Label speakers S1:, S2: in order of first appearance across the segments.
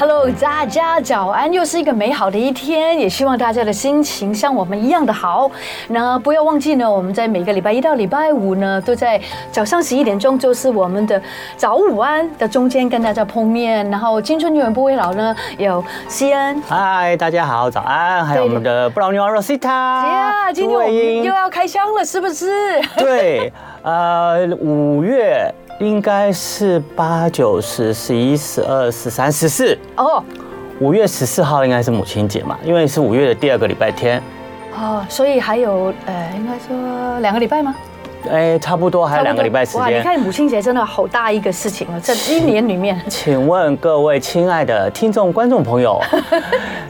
S1: Hello，大家早安！又是一个美好的一天，也希望大家的心情像我们一样的好。那不要忘记呢，我们在每个礼拜一到礼拜五呢，都在早上十一点钟，就是我们的早午安的中间跟大家碰面。然后青春永远不会老呢，有西恩。
S2: 嗨，大家好，早安！还有我们的布朗妞 Rosita，啊
S1: 呀，今天我们又要开箱了，是不是？
S2: 对，呃，五月应该是八九十十一十二十三十四，
S1: 哦
S2: 五月十四号应该是母亲节嘛，因为是五月的第二个礼拜天，
S1: 哦，所以还有呃，应该说两个礼拜吗？
S2: 哎，差不多还有两个礼拜时
S1: 哇，你
S2: 间。
S1: 看母亲节真的好大一个事情哦，这一年里面。
S2: 请问各位亲爱的听众、观众 朋友，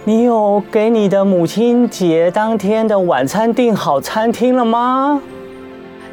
S2: 你有给你的母亲节当天的晚餐订好餐厅了吗？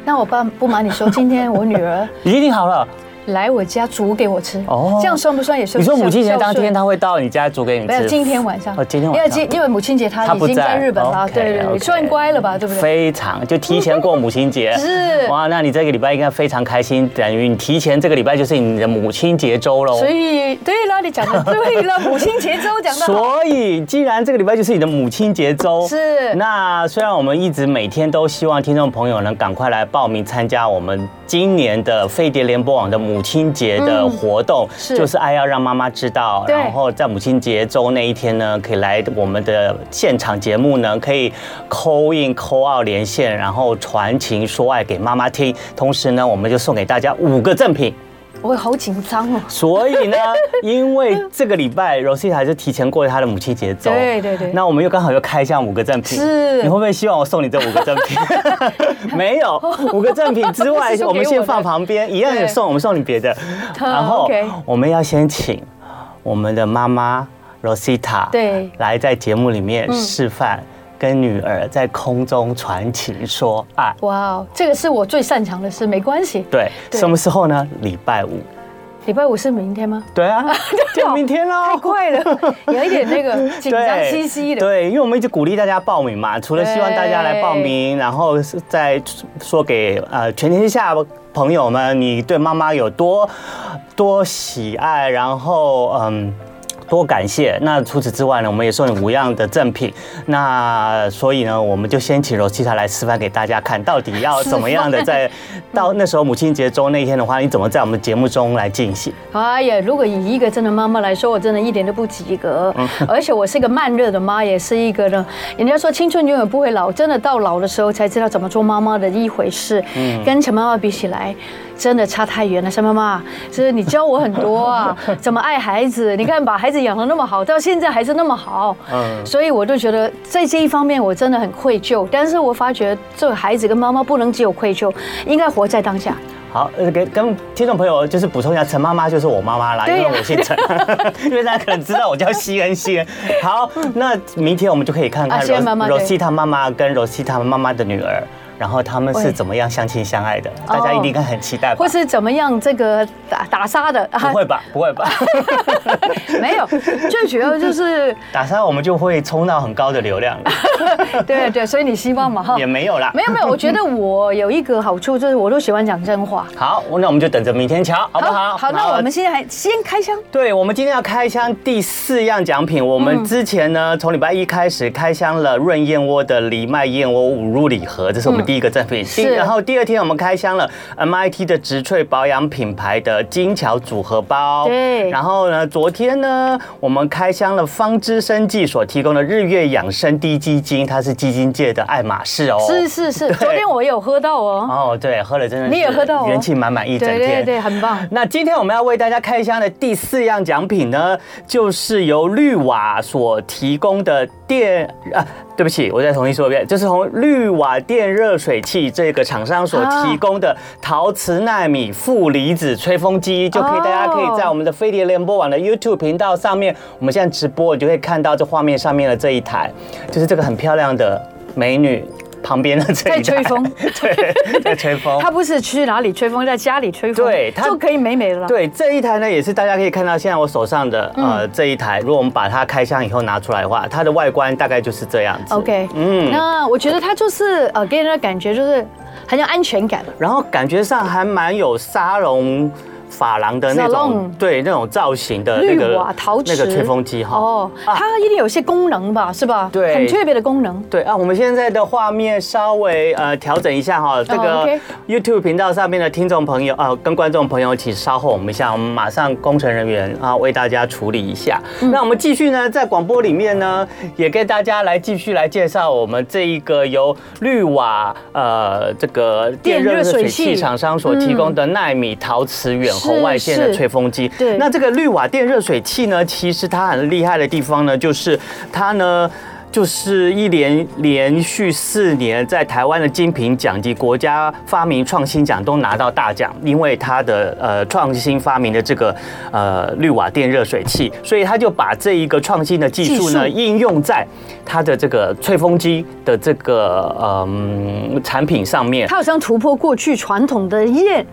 S1: 那我不不瞒你说，今天我女儿
S2: 已经订好了。
S1: 来我家煮给我吃，
S2: 哦
S1: 这样算不算也是？
S2: 你说母亲节当天，她会到你家煮给你
S1: 没有
S2: 吃？
S1: 今天晚上，
S2: 哦，今天
S1: 因为
S2: 晚上
S1: 今。因为母亲节她
S2: 她
S1: 已
S2: 不
S1: 经在
S2: 在
S1: 日本了，
S2: OK，
S1: 对对对，
S2: OK
S1: 算乖了吧，对不对？
S2: 非常就提前过母亲节，
S1: 是
S2: 哇，那你这个礼拜应该非常开心，等于你提前这个礼拜就是你的母亲节周喽。
S1: 所以对了，你讲的对了，母亲节之后讲的好，
S2: 所以，既然这个礼拜就是你的母亲节周，
S1: 是
S2: 那虽然我们一直每天都希望听众朋友能赶快来报名参加我们今年的飞碟联播网的母亲节的活动，
S1: 嗯是
S2: 就是爱要让妈妈知道，
S1: 对
S2: 然后在母亲节周那一天呢，可以来我们的现场节目呢，可以扣印扣二连线，然后传情说爱给妈妈听，同时呢，我们就送给大家五个赠品。
S1: 我好紧张哦。
S2: 所以 呢，因为这个礼拜 Rosita 就提前过她的母亲节周，
S1: 对对对
S2: 那我们又刚好又开箱五个赠品，
S1: 是
S2: 你会不会希望我送你这五个赠 品？没有，五个赠品之外
S1: 是送给，
S2: 我们
S1: 我
S2: 先
S1: 的
S2: 放旁边，一样也
S1: 对
S2: 送，我们送你别的。
S1: 好
S2: 然后
S1: OK
S2: 我们要先请我们的妈妈 Rosita
S1: 对嗯
S2: 来在节目里面示范。跟女儿在空中传情说爱，
S1: 哇哦，这个是我最擅长的事，没关系。
S2: 对，
S1: 对
S2: 什么时候呢？礼拜五，
S1: 礼拜五是明天吗？
S2: 对 啊，
S1: 哦
S2: 就明天喽
S1: 太。快了，有一点那个紧张
S2: 对
S1: 兮兮的。
S2: 对，因为我们一直鼓励大家报名嘛，除了希望大家来报名，然后是再说给呃全天下朋友们，你对妈妈有多多喜爱，然后嗯。多感谢。那除此之外呢，我们也送你五样的赠品。那所以呢，我们就先请 Rosita 来示范给大家看，到底要怎么样的在到那时候母亲节周那一天的话，你怎么在我们节目中来进行？
S1: 哎呀，如果以一个真的妈妈来说，我真的一点都不及格，而且我是一个慢热的妈，也是一个呢。人家说青春永远不会老，真的到老的时候才知道怎么做妈妈的一回事。跟陈妈妈比起来，真的差太远了。陈妈妈，就是你教我很多啊，怎么爱孩子？你看把孩子养得那么好，到现在还是那么好。
S2: 嗯
S1: 所以我就觉得在这一方面我真的很愧疚，但是我发觉做孩子跟妈妈不能只有愧疚，应该活在当下。
S2: 好，呃，给跟听众朋友就是补充一下，陈妈妈就是我妈妈啦，因
S1: 对呀
S2: 为我姓 陈，因为大家可能知道我叫西恩西恩。好，那明天我们就可以看看
S1: 啊西恩妈妈对
S2: Rosita 妈妈跟 Rosita 妈妈的女儿，然后他们是怎么样相亲相爱的，大家一定很期待吧
S1: 或？是怎么样这个打打杀的
S2: 不
S1: 啊？
S2: 会吧？不 会吧？
S1: 没有，最主要 就是
S2: 打杀我们就会冲到很高的流量了，
S1: 对对，所以你希望嘛哈
S2: 也？没有啦。
S1: 哦没有没有，我觉得我有一个好处就是我都喜欢讲真话。
S2: 好，那我们就等着明天瞧，好不好？
S1: 好，那我们现在还先开箱。
S2: 对，我们今天要开箱第四样奖品。我
S1: 嗯
S2: 们之前呢，从礼拜一开始开箱了润燕窝的藜麦燕窝五入礼盒，这是我们第一个赠品。第
S1: 是
S2: 然后第二天我们开箱了 MIT 的植萃保养品牌的金桥组合包。
S1: 对
S2: 然后呢，昨天呢，我们开箱了方知生技所提供的日月养生低基金，它是基金界的爱马仕哦。
S1: 是是是，昨天我有喝到哦。
S2: 哦，对，喝了真的是
S1: 你也喝到哦
S2: 元气满满一整
S1: 对
S2: 天。
S1: 对对，很 棒。
S2: 那今天我们要为大家开箱的第四样奖品呢，就是由绿瓦所提供的电啊，对不起，我再重新说一遍，就是从绿瓦电热水器这个厂商所提供的陶瓷纳米负离子吹风机，
S1: 哦
S2: 就可以大家可以在我们的飞碟联播网的 YouTube 频道上面，我们现在直播，你就可以看到这画面上面的这一台，就是这个很漂亮的美女。旁边的这
S1: 在
S2: 一
S1: 吹
S2: 带，
S1: 风，
S2: 对，在吹风。
S1: 他不是去哪里吹风，在家里吹风，
S2: 对他
S1: 就可以美美了。
S2: 对这一台呢，也是大家可以看到，现在我手上的呃
S1: 嗯
S2: 这一台，如果我们把它开箱以后拿出来的话，它的外观大概就是这样子。
S1: ，OK，嗯，
S2: 嗯
S1: 那我觉得他就是呃，给人的感觉就是很有安全感。
S2: 然后感觉上还蛮有沙龙发廊的那
S1: Salon
S2: 种，对那种造型的呃那
S1: 绿
S2: 个
S1: 瓦陶瓷
S2: 那个吹风机哈。
S1: 哦，
S2: 啊
S1: 它一定有些功能吧，是吧？
S2: 对
S1: 很特别的功能。
S2: 对啊，我们现在的画面稍微呃调整一下哈，这个
S1: OK
S2: YouTube 频道上面的听众朋友啊、呃跟观众朋友，请稍后我们一下，我们马上工程人员啊为大家处理一下。那我们继续呢，在广播里面呢，也跟大家来继续来介绍我们这一个由绿瓦呃这个电热热水器厂商所提供的纳米陶瓷远红外线的
S1: 是是
S2: 吹风机。
S1: 对
S2: 那这个绿瓦电热水器呢，其实它很厉害的地方呢，就是它呢。就是一连连续四年在台湾的金品奖及国家发明创新奖都拿到大奖，因为它的呃创新发明的这个呃绿瓦电热水器，所以它就把这一个创新的技术呢
S1: 技术
S2: 应用在它的这个吹风机的这个嗯产品上 面。
S1: 它好像突破过去传统的电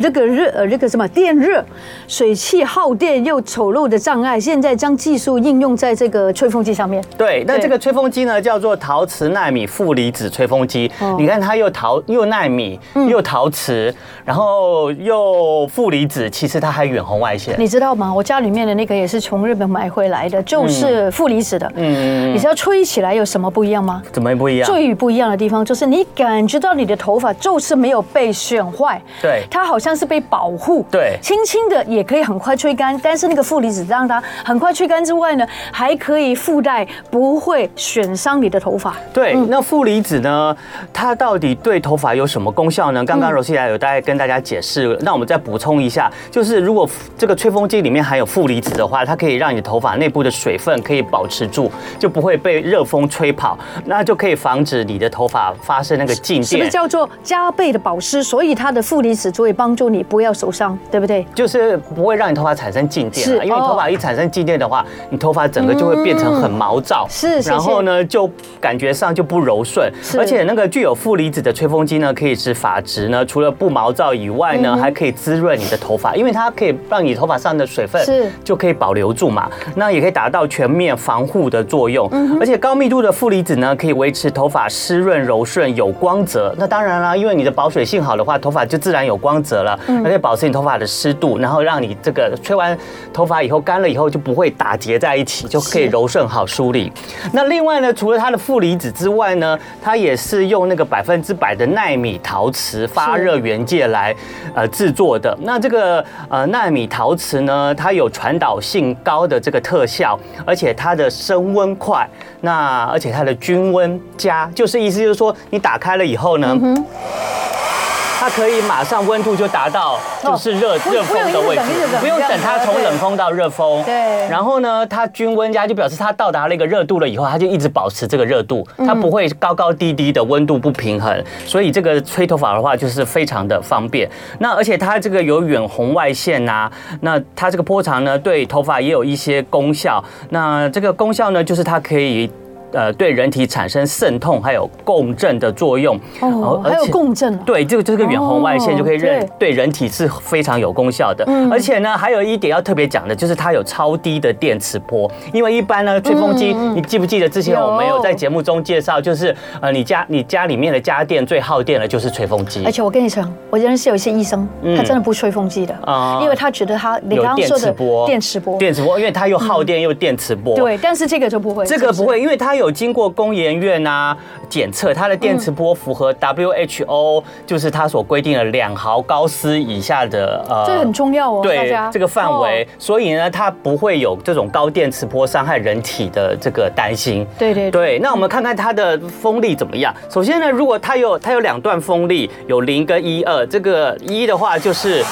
S1: 这个热呃这个什么电热水器耗电又丑陋的障碍，现在将技术应用在这个吹风机上面。
S2: 对，那
S1: 对
S2: 这个吹风机呢，叫做陶瓷纳米负离子吹风机。
S1: 哦
S2: 你看它又陶又纳米，又陶瓷，然后又负离子，其实它还远红外线。
S1: 你知道吗？我家里面的那个也是从日本买回来的，就是负离子的。嗯，你知道吹起来有什么不一样吗？
S2: 怎么不一样？
S1: 最不一样的地方就是你感觉到你的头发就是没有被选坏，
S2: 对
S1: 它好像是被保护，
S2: 对
S1: 轻轻的也可以很快吹干，但是那个负离子让它很快吹干之外呢，还可以附带不会损伤你的头发。
S2: 对，那负离子呢？它到底对头发有什么功效呢？刚
S1: 嗯
S2: 刚柔西来有大概跟大家解释了，那我们再补充一下，就是如果这个吹风机里面含有负离子的话，它可以让你头发内部的水分可以保持住，就不会被热风吹跑，那就可以防止你的头发发生那个静
S1: 是不
S2: 电
S1: 是。叫做加倍的保湿？所以它的负离子足以帮助你不要受伤，对不对？
S2: 就是不会让你头发产生静电、
S1: 是
S2: 啊，因为你
S1: 哦
S2: 头发一产生静电的话，你头发整个就会变成很毛躁，
S1: 是是
S2: 然后呢就感觉上就不柔顺，
S1: 是
S2: 而且那个具有负离子的吹风机呢，可以使发质呢除了不毛躁以外
S1: 嗯
S2: 呢，还可以滋润你的头发，因为它可以让你头发上的水分
S1: 是
S2: 就可以保留住嘛，那也可以达到全面防护的作用，而且高密度的负离子呢，可以维持头发湿润柔顺有光泽。那当然啦，因为你的保水性好的话，头发就自然有光泽了，而且保持你头发的湿度，然后让你这个吹完头发以后干了以后就不会打结在一起，就可以柔顺好梳理。那另外呢，除了它的负离子之外呢，它也是用那个百分之百的纳米陶瓷发
S1: 是
S2: 热原件来呃制作的。那这个呃纳米陶瓷呢，它有传导性高的这个特效，而且它的升温快，那而且它的均温佳，就是意思就是说你打开了以后呢。
S1: 嗯
S2: 它可以马上温度就达到，就是热
S1: 哦不
S2: 热风的位置
S1: 不用一直等一直，等
S2: 不用等它
S1: 这样子啊
S2: 从冷风到热风。
S1: 对
S2: 然后呢，它均温加就表示它到达了一个热度了以后，它就一直保持这个热度，
S1: 嗯
S2: 它不会高高低低的温度不平衡。所以这个吹头发的话，就是非常的方便。那而且它这个有远红外线呐、那它这个波长呢，对头发也有一些功效。那这个功效呢，就是它可以。呃，对人体产生渗透还有共振的作用，
S1: 哦，
S2: 而
S1: 还有
S2: 且
S1: 共振啊。
S2: 对，这个这个远红外线就可以认、
S1: 哦
S2: 对嗯人体是非常有功效的。而且呢，还有一点要特别讲的，就是它有超低的电磁波，因为一般呢，吹风机，你记不记得之前我们有
S1: 有
S2: 在节目中介绍，就是呃，你家你家里面的家电最耗电的就是吹风机
S1: 而。且我跟你讲，我认识有一些医生，他真的不吹风机的，
S2: 嗯啊
S1: 因为他觉得他你
S2: 有
S1: 刚刚
S2: 电
S1: 说
S2: 磁
S1: 的
S2: 波，
S1: 电磁波，
S2: 电磁波，因嗯为它又耗电又电磁波，
S1: 对，但是这个就不会，
S2: 这个
S1: 是
S2: 嗯不
S1: 是
S2: 会，因为它有经过工研院啊检测，它的电磁波符合 WHO，、就是它所规定的两毫高斯以下的呃，
S1: 这很重要哦大
S2: 对
S1: 家哦
S2: 这个范围，所以呢，它不会有这种高电磁波伤害人体的这个担心。
S1: 对对对，
S2: 对，那我们看看它的风力怎么样。首先呢，如果它有它有两段风力，有零跟一二。这个一的话就是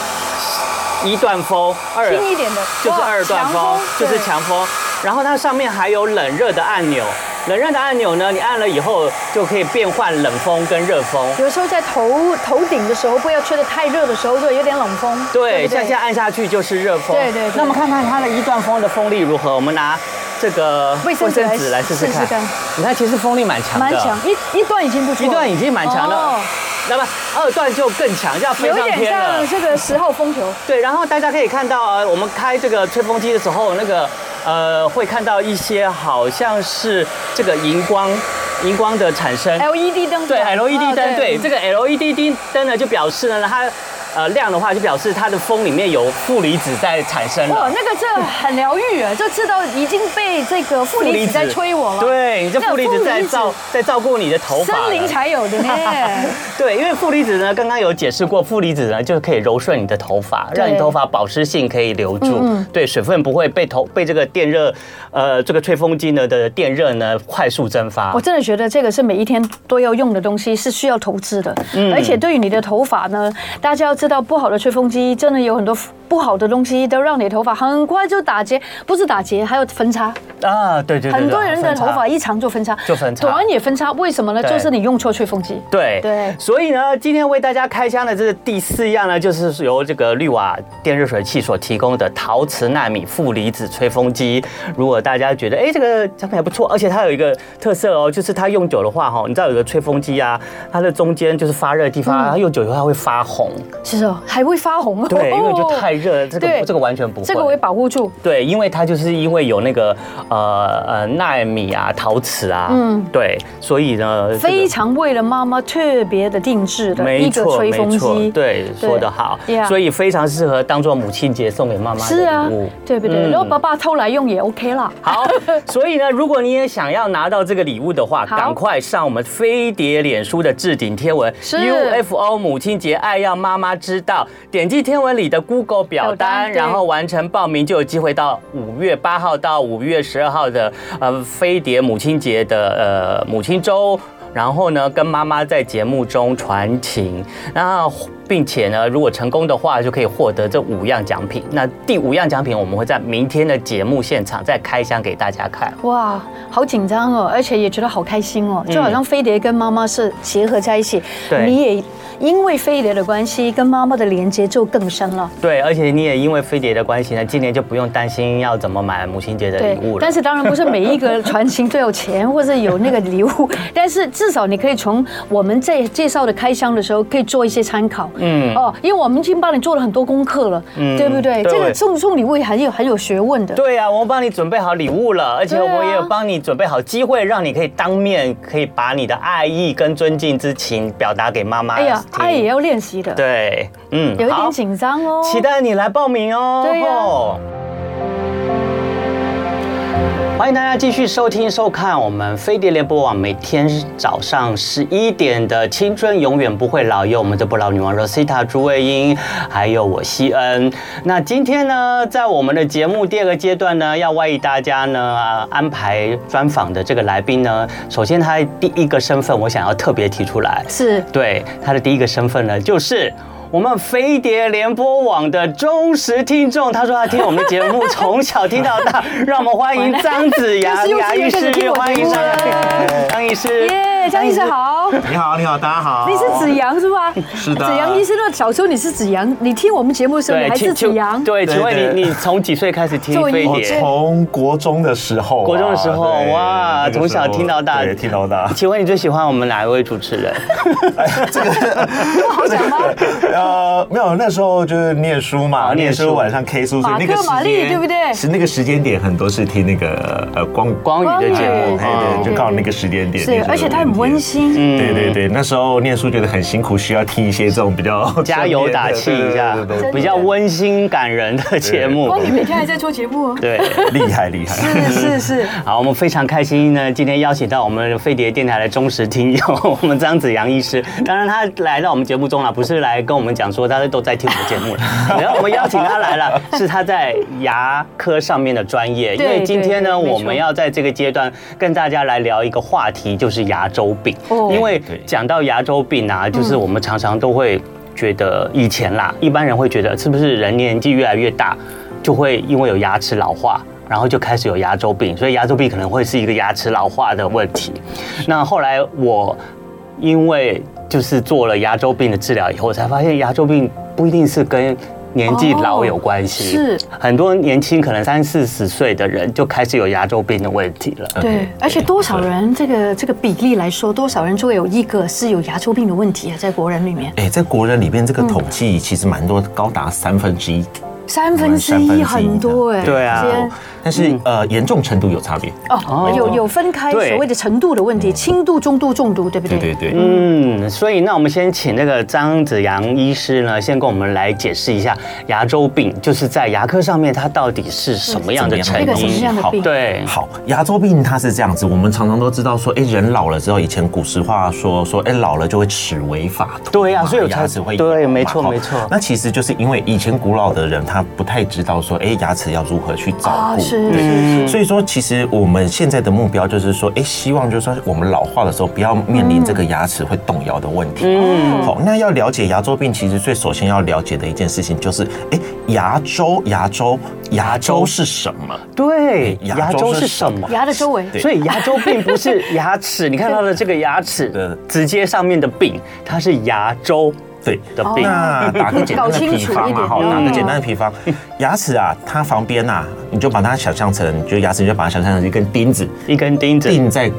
S2: 一段风，二
S1: 轻一点的
S2: 就是
S1: 哇
S2: 二段
S1: 强
S2: 风
S1: 风，
S2: 就是
S1: 对
S2: 强风。然后它上面还有冷热的按钮，冷热的按钮呢，你按了以后就可以变换冷风跟热风。
S1: 有时候在头头顶的时候，不要吹得太热的时候，就有点冷风，
S2: 对，
S1: 不
S2: 像现在按下去就是热风。
S1: 对对对
S2: 那我们看看它的一段风的风力如何？我们拿这个
S1: 卫生纸来
S2: 来试试
S1: 试
S2: 看
S1: 试看。
S2: 你看，其实风力蛮强的，
S1: 蛮强，一一段已经不错了，
S2: 一段已经蛮强了
S1: 哦，
S2: 那么二段就更强，要飞
S1: 有
S2: 上
S1: 点
S2: 天
S1: 像。
S2: 了
S1: 这个十号风球，
S2: 对，然后大家可以看到，呃我们开这个吹风机的时候，那个呃，会看到一些好像是这个荧光，荧光的产生。
S1: LED E 灯
S2: 哎对
S1: 管
S2: ，LED 灯，
S1: 哦
S2: 对这个 LED 灯灯呢，就表示呢它。呃，亮的话就表示它的风里面有负离子在产生
S1: 哇，
S2: 了。
S1: 那个这很疗愈啊，就知道已经被这个负离子在催我了。，
S2: 对，你这
S1: 那
S2: 负离
S1: 负
S2: 子
S1: 离
S2: 在
S1: 子
S2: 照在照顾你的头发了。
S1: 森林才有的呢。
S2: 对，因为负离子呢，刚刚有解释过，负离子呢就是可以柔顺你的头发，
S1: 对
S2: 让你头发保湿性可以留住，
S1: 嗯
S2: 对，水分不会被头被这个电热，呃，这个吹风机呢的电热呢快速蒸发
S1: 我。真的觉得这个是每一天都要用的东西，是需要投资的。
S2: 嗯
S1: 而且对于你的头发呢，大家要知道，不好的吹风机真的有很多不好的东西，都让你的头发很快就打结，不是打结，还有分叉。
S2: 啊，对对对对，
S1: 很多人的
S2: 分叉
S1: 头发一长就分叉，
S2: 就分叉
S1: 短也分叉，为什么呢？
S2: 对
S1: 就是你用错吹风机。
S2: 对
S1: 对
S2: 所以呢，今天为大家开箱的这个第四样呢，就是由这个绿瓦电热水器所提供的陶瓷纳米负离子吹风机。如果大家觉得哎、诶这个产品还不错，而且它有一个特色哦，就是它用久的话哈，你知道有个吹风机啊，它的中间就是发热的地
S1: 嗯
S2: 方，它用久以后它会发红。
S1: 是哦，还会发红哦。
S2: 对，因为就太热了，这个
S1: 对
S2: 这个完全不会。
S1: 这个我也保护住。
S2: 对，因为它就是因为有那个呃呃纳米啊、陶瓷啊，嗯，对，所以呢，这个
S1: 非常为了妈妈特别的定制的一
S2: 没
S1: 个
S2: 错，
S1: 吹风
S2: 没错
S1: 机，
S2: 对，说得好
S1: Yeah
S2: 所以非常适合当做母亲节送给妈妈
S1: 是啊
S2: 的礼物。，
S1: 对不对？
S2: 嗯
S1: 如果爸爸偷来用也 OK 啦。
S2: 好，所以呢，如果你也想要拿到这个礼物的话，
S1: 好
S2: 赶快上我们飞碟脸书的置顶贴文
S1: 是
S2: UFO 母亲节爱让妈妈知道，点击贴文里的 Google 表
S1: 表单
S2: 单，
S1: 对
S2: 然后完成报名，就有机会到五月八号到五月十二号的呃飞碟母亲节的呃母亲周。然后呢，跟妈妈在节目中传情，那并且呢，如果成功的话，就可以获得这五样奖品。那第五样奖品，我们会在明天的节目现场再开箱给大家看。
S1: 哇，好紧张哦，而且也觉得好开心哦，就好像飞碟跟妈妈是结合在一起，
S2: 嗯对
S1: 你也因为飞碟的关系，跟妈妈的连接就更深了。
S2: 对，而且你也因为飞碟的关系呢，今年就不用担心要怎么买母亲节的礼物了。
S1: 但是当然不是每一个传情都有钱或者有 那个礼物，但是至少你可以从我们在介绍的开箱的时候，可以做一些参考。嗯，哦，因为我们已经帮你做了很多功课了，对不对？
S2: 嗯对
S1: 这个送送礼物也很有很有学问的。
S2: 对啊，我们帮你准备好礼物了，而且
S1: 对啊
S2: 我也有帮你准备好机会，让你可以当面可以把你的爱意跟尊敬之情表达给妈妈。
S1: 哎呀，爱也。要练习的，
S2: 对，嗯，
S1: 有一
S2: 好
S1: 点紧张哦。
S2: 期待你来报名哦。
S1: 对呀
S2: 吼欢迎大家继续收听、收看我们飞碟联播网每天早上十一点的《青春永远不会老》，有我们的不老女王 Rosita 朱卫英，还有我西恩。那今天呢，在我们的节目第二个阶段呢，要为大家呢啊安排专访的这个来宾呢，首先他第一个身份，我想要特别提出来，
S1: 是
S2: 对，他的第一个身份呢，就是我们飞碟联播网的忠实听众。他说他听我们的节目从小听到大，让我们欢迎张 子
S1: 又
S2: 阳
S1: 是幼
S2: 牙
S1: 稚
S2: 医
S1: 园开始
S2: 师，
S1: 听我
S2: 欢
S1: 节
S2: 迎
S1: 目
S2: 张
S1: 了
S2: 张医师。
S1: 耶，江医生。好。
S3: 你好，你好，大家好。
S1: 你是子阳是吧？
S3: 哦是的
S1: 子阳医生，那小时候你是子阳，你听我们节目的时候你还是
S2: 请
S1: 子阳，
S2: 对，请
S3: 对
S2: 问你
S3: 对
S2: 你从几岁开始听
S1: 做
S2: 飞
S1: 医
S3: 我
S2: 碟？
S3: 哦从国中的时候啊、
S2: 国中的时候
S3: 对
S2: 哇
S3: 那个时
S2: 从
S3: 候
S2: 小听到大。
S3: 对，听到大
S2: 请问你最喜欢我们哪一位主持人？
S1: 不好讲吗？
S3: 呃，没有，那时候就是念书嘛，
S2: 啊念
S3: 念
S2: 书
S3: 书晚上 K 书，所以
S1: 马
S3: 那个
S1: 克
S3: 时
S1: 玛丽
S3: 间
S1: 对不对
S3: 是那个时间点，很多是听那个呃光
S2: 光宇的节
S1: 光
S2: 目
S1: 宇
S3: 哎，
S2: 嗯
S3: 对，就靠那个时间点。
S1: 是
S3: 念书的
S1: 而且它很温馨
S3: 时间点对对对，那时候念书觉得很辛苦，需要听一些这种比较
S2: 加油打气一下
S3: 对对对对，对
S2: 比较温馨感人的节目。
S1: 光宇每天还在做节目哦。
S2: 对。
S3: 厉害厉害。
S1: 是 是是，
S2: 好，我们非常开心呢，今天邀请到我们飞碟电台的忠实听友， 我们张子阳医师。当然，他来到我们节目中了，不是来跟我们讲说他都在听我们节 目了。然后我们邀请他来了，是他在牙科上面的专业。因
S1: 对
S2: 为今天呢，
S1: 对对没错
S2: 我们要在这个阶段跟大家来聊一个话题，就是牙周病。
S1: 哦
S2: 因为
S3: 对
S2: 讲到牙周病啊，就是我们常常都会觉得以前啦，一般人会觉得是不是人年纪越来越大，就会因为有牙齿老化。然后就开始有牙周病，所以牙周病可能会是一个牙齿老化的问题。那后来我因为就是做了牙周病的治疗以后，才发现牙周病不一定是跟年纪老有关系。
S1: 哦是
S2: 很多年轻可能三四十岁的人就开始有牙周病的问题了。嗯
S1: 对，而且多少人这个这个比例来说，多少人就会有一个是有牙周病的问题啊，在国人里面
S3: 哎，在国人里面，这
S1: 嗯
S3: 个统计其实蛮多，高达三分之一。
S1: 三分之一很多哎，
S2: 对啊
S1: 这些
S3: 但是呃，严重程度有差别。
S1: 哦，有有分开
S2: 对
S1: 所谓的程度的问题，轻度、中度、重度，对不
S3: 对
S1: 对？
S3: 对对，
S2: 嗯，所以那我们先请那个张子阳医师呢，先跟我们来解释一下牙周病，就是在牙科上面它到底是什么样的成
S1: 那个什么
S2: 因
S1: 样？的
S3: 好
S1: 病？
S2: 对，
S3: 好，牙周病它是这样子，我们常常都知道说，哎，人老了之后，以前古时话说说，哎，老了就会齿为发秃嘛，
S2: 对呀所以我才
S3: 牙齿会
S2: 对
S3: 咬嘛
S2: 没错
S3: 哈
S2: 没错
S3: 那其实就是因为以前古老的人他不太知道说，哎，牙齿要如何去照
S1: 啊，
S3: 顾，
S1: 是是
S2: 嗯
S3: 所以说，其实我们现在的目标就是说，哎，希望就是说，我们老化的时候不要面临这个牙齿会动摇的问题。
S1: 哦
S3: 嗯，好，那要了解牙周病，其实最首先要了解的一件事情就是，哎，牙周，牙周，牙周是什么？
S2: 对，
S3: 牙
S2: 牙
S3: 周
S2: 周
S3: 是
S2: 是什么？
S1: 牙的周围，
S3: 对
S2: 所以牙周病不是牙齿，你看到的这个牙齿
S3: 对
S2: 直接上面的病，它是牙周
S3: 对。
S2: 的病。
S3: 那打个简单
S1: 搞
S3: 的比方嘛，
S1: 清楚一
S3: 哈，
S1: 点嗯
S3: 打个简单的比方，牙齿啊，它旁边啊，你就把它想象成，就牙齿，你就把它想象成一根钉子，
S2: 一根钉子，
S3: 钉在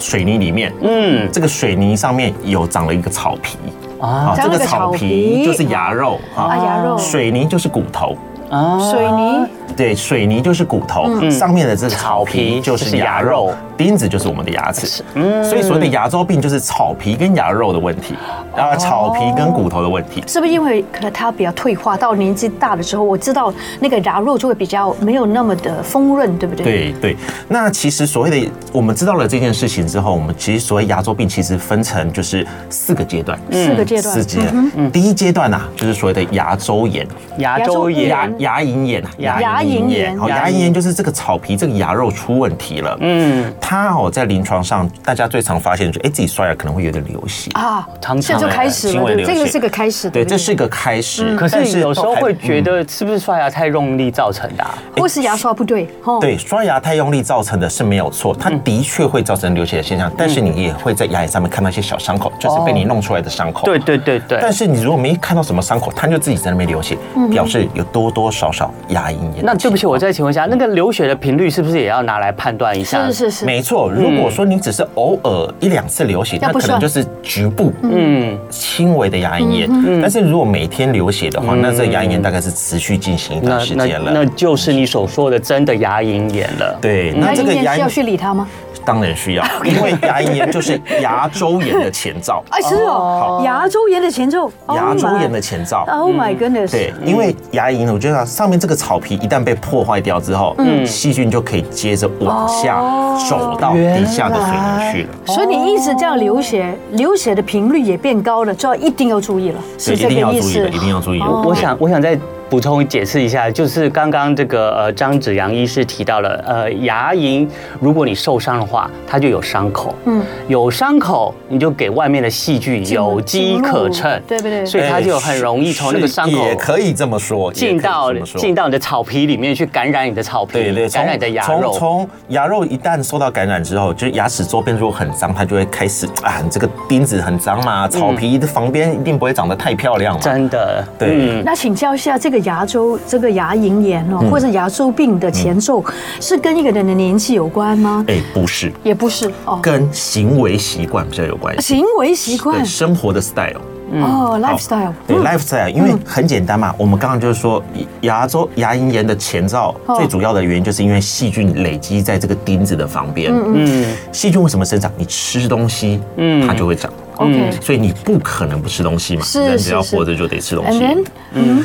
S3: 水泥里面。
S2: 嗯，
S3: 这个水泥上面有长了一个草皮
S2: 啊
S3: 这
S1: 长了
S3: 个
S1: 个
S3: 草
S1: 草
S3: 皮
S1: 皮
S3: 就是牙肉
S1: 啊，
S3: 啊，
S1: 牙肉，
S3: 水泥就是骨头，
S2: 啊
S1: 水泥，
S3: 对，水泥就是骨头，上面的这个嗯草皮就是牙
S2: 草皮就
S3: 肉
S2: 是牙，
S3: 钉子就是我们的牙齿，所以所谓的牙周病就是草皮跟牙肉的问题，啊，草皮跟骨头的问题。
S1: 是不是因为可能它比较退化，到年纪大了之后，我知道那个牙肉就会比较没有那么的丰润，对不对？。
S3: 对对，那其实所谓的我们知道了这件事情之后，我们其实所谓牙周病其实分成就是四个阶段，
S1: 四个阶段
S3: 嗯四阶段。嗯第一阶段呐、就是所谓的牙周炎，
S2: 牙周炎
S3: 牙牙龈炎啊，
S2: 嗯牙
S1: 龈炎
S3: 好，牙龈炎就是这个草皮这个牙肉出问题了。嗯，它哦在临床上大家最常发现就哎自己刷牙可能会有点流血。
S1: 啊，
S2: 常常
S1: 这就开始
S3: 行
S1: 了，
S3: 为
S1: 对，
S3: 流
S1: 这个
S3: 血
S1: 是个开始，
S3: 对，
S1: 不
S3: 这是一个开始，
S2: 可
S3: 但
S2: 嗯是有时候
S3: 都还
S2: 会觉得是不是刷牙太用力造成的啊？
S3: 嗯
S1: 或是牙刷不对，哦，
S3: 对，刷牙太用力造成的是没有错，
S2: 嗯
S3: 它的确会造成流血的现象，但是你也会在牙龈上面看到一些小伤口，就是被你弄出来的伤口。
S2: 哦对。对对对，
S3: 但是你如果没看到什么伤口，它就自己在那边流血，表示有多多少少牙龈炎。
S2: 嗯那对不起，我再请问一下，那个流血的频率是不是也要拿来判断一下？
S1: 是是是，
S3: 没错，如果说你只是偶尔一两次流血，
S1: 那
S3: 那
S1: 不
S3: 可
S1: 算
S3: 能就是局部嗯轻微的牙龈
S1: 嗯
S3: 炎。但是如果每天流血的话，那这牙龈炎大概是持续进行一
S2: 那
S3: 段时
S2: 那
S3: 间
S2: 嗯那嗯
S3: 了。
S2: 就是你所说的真的牙龈炎了。
S3: 对，
S1: 那
S3: 那这
S1: 应
S3: 个
S1: 该
S3: 牙
S1: 是要去
S3: 龈
S1: 理它吗？
S3: 当然 需要，因为牙龈炎就是牙周炎的前兆，
S1: 哎，哦是哦，牙周炎的前奏，
S3: 牙周炎的前兆。
S1: ，Oh my goodness，
S3: 对，
S2: 嗯
S3: 因为牙龈，我觉得上面这个草皮一旦被破坏掉之后，
S1: 嗯
S3: 细菌就可以接着往下
S1: 哦
S3: 走到底下的水泥去了。
S1: 所以你一直这样流血，流血的频率也变高了，就要一定要注意了，
S3: 所
S1: 是
S3: 以
S1: 这
S3: 一定
S1: 个
S3: 要
S1: 意
S3: 注意
S1: 思
S3: 的，一。定要注意的。
S1: 哦
S2: 我
S3: 对
S2: 想，我想再补充解释一下，就是刚刚这个呃张子阳医师提到了，呃牙龈如果你受伤的话，它就有伤口，嗯，有伤口你就给外面的细菌
S1: 进入
S2: 有机可乘，
S1: 对不对
S2: 所以它就很容易从那个伤口
S3: 哎是也可以这么说，
S2: 进到进
S3: 到。
S2: 到你的草皮里面去感染你的草皮，
S3: 对对，
S2: 感染你的牙
S3: 从
S2: 肉。
S3: 从牙肉一旦受到感染之后，就是牙齿周边如果很脏，它就会开始啊，你这个钉子很脏嘛，草皮的旁边一定不会长得太漂亮嘛。
S2: 真的，
S3: 对
S2: 嗯
S1: 那请教一下，这个牙周、这个牙龈炎哦，或者牙周病的前奏，
S2: 嗯
S1: 是跟一个人的年纪有关吗？
S3: 哎，不是，
S1: 也不是哦，
S3: 跟行为习惯比较有关系，
S1: 行为习惯
S3: 对生活的 style。
S1: 哦
S2: 嗯
S3: 好
S1: ，lifestyle，
S3: 对
S1: 嗯
S3: lifestyle，因为很简单嘛，我们刚刚就是说牙周牙龈炎的前兆
S1: 哦
S3: 最主要的原因，就是因为细菌累积在这个钉子的旁边。
S2: 嗯，
S3: 细菌为什么生长？你吃东西，它就会长。
S1: OK
S3: 所以你不可能不吃东西嘛，
S1: 嗯是
S3: 人
S1: 是
S3: 只要
S1: 是
S3: 活着就得吃
S2: 嗯
S3: 东
S1: ，and
S3: 西。
S1: then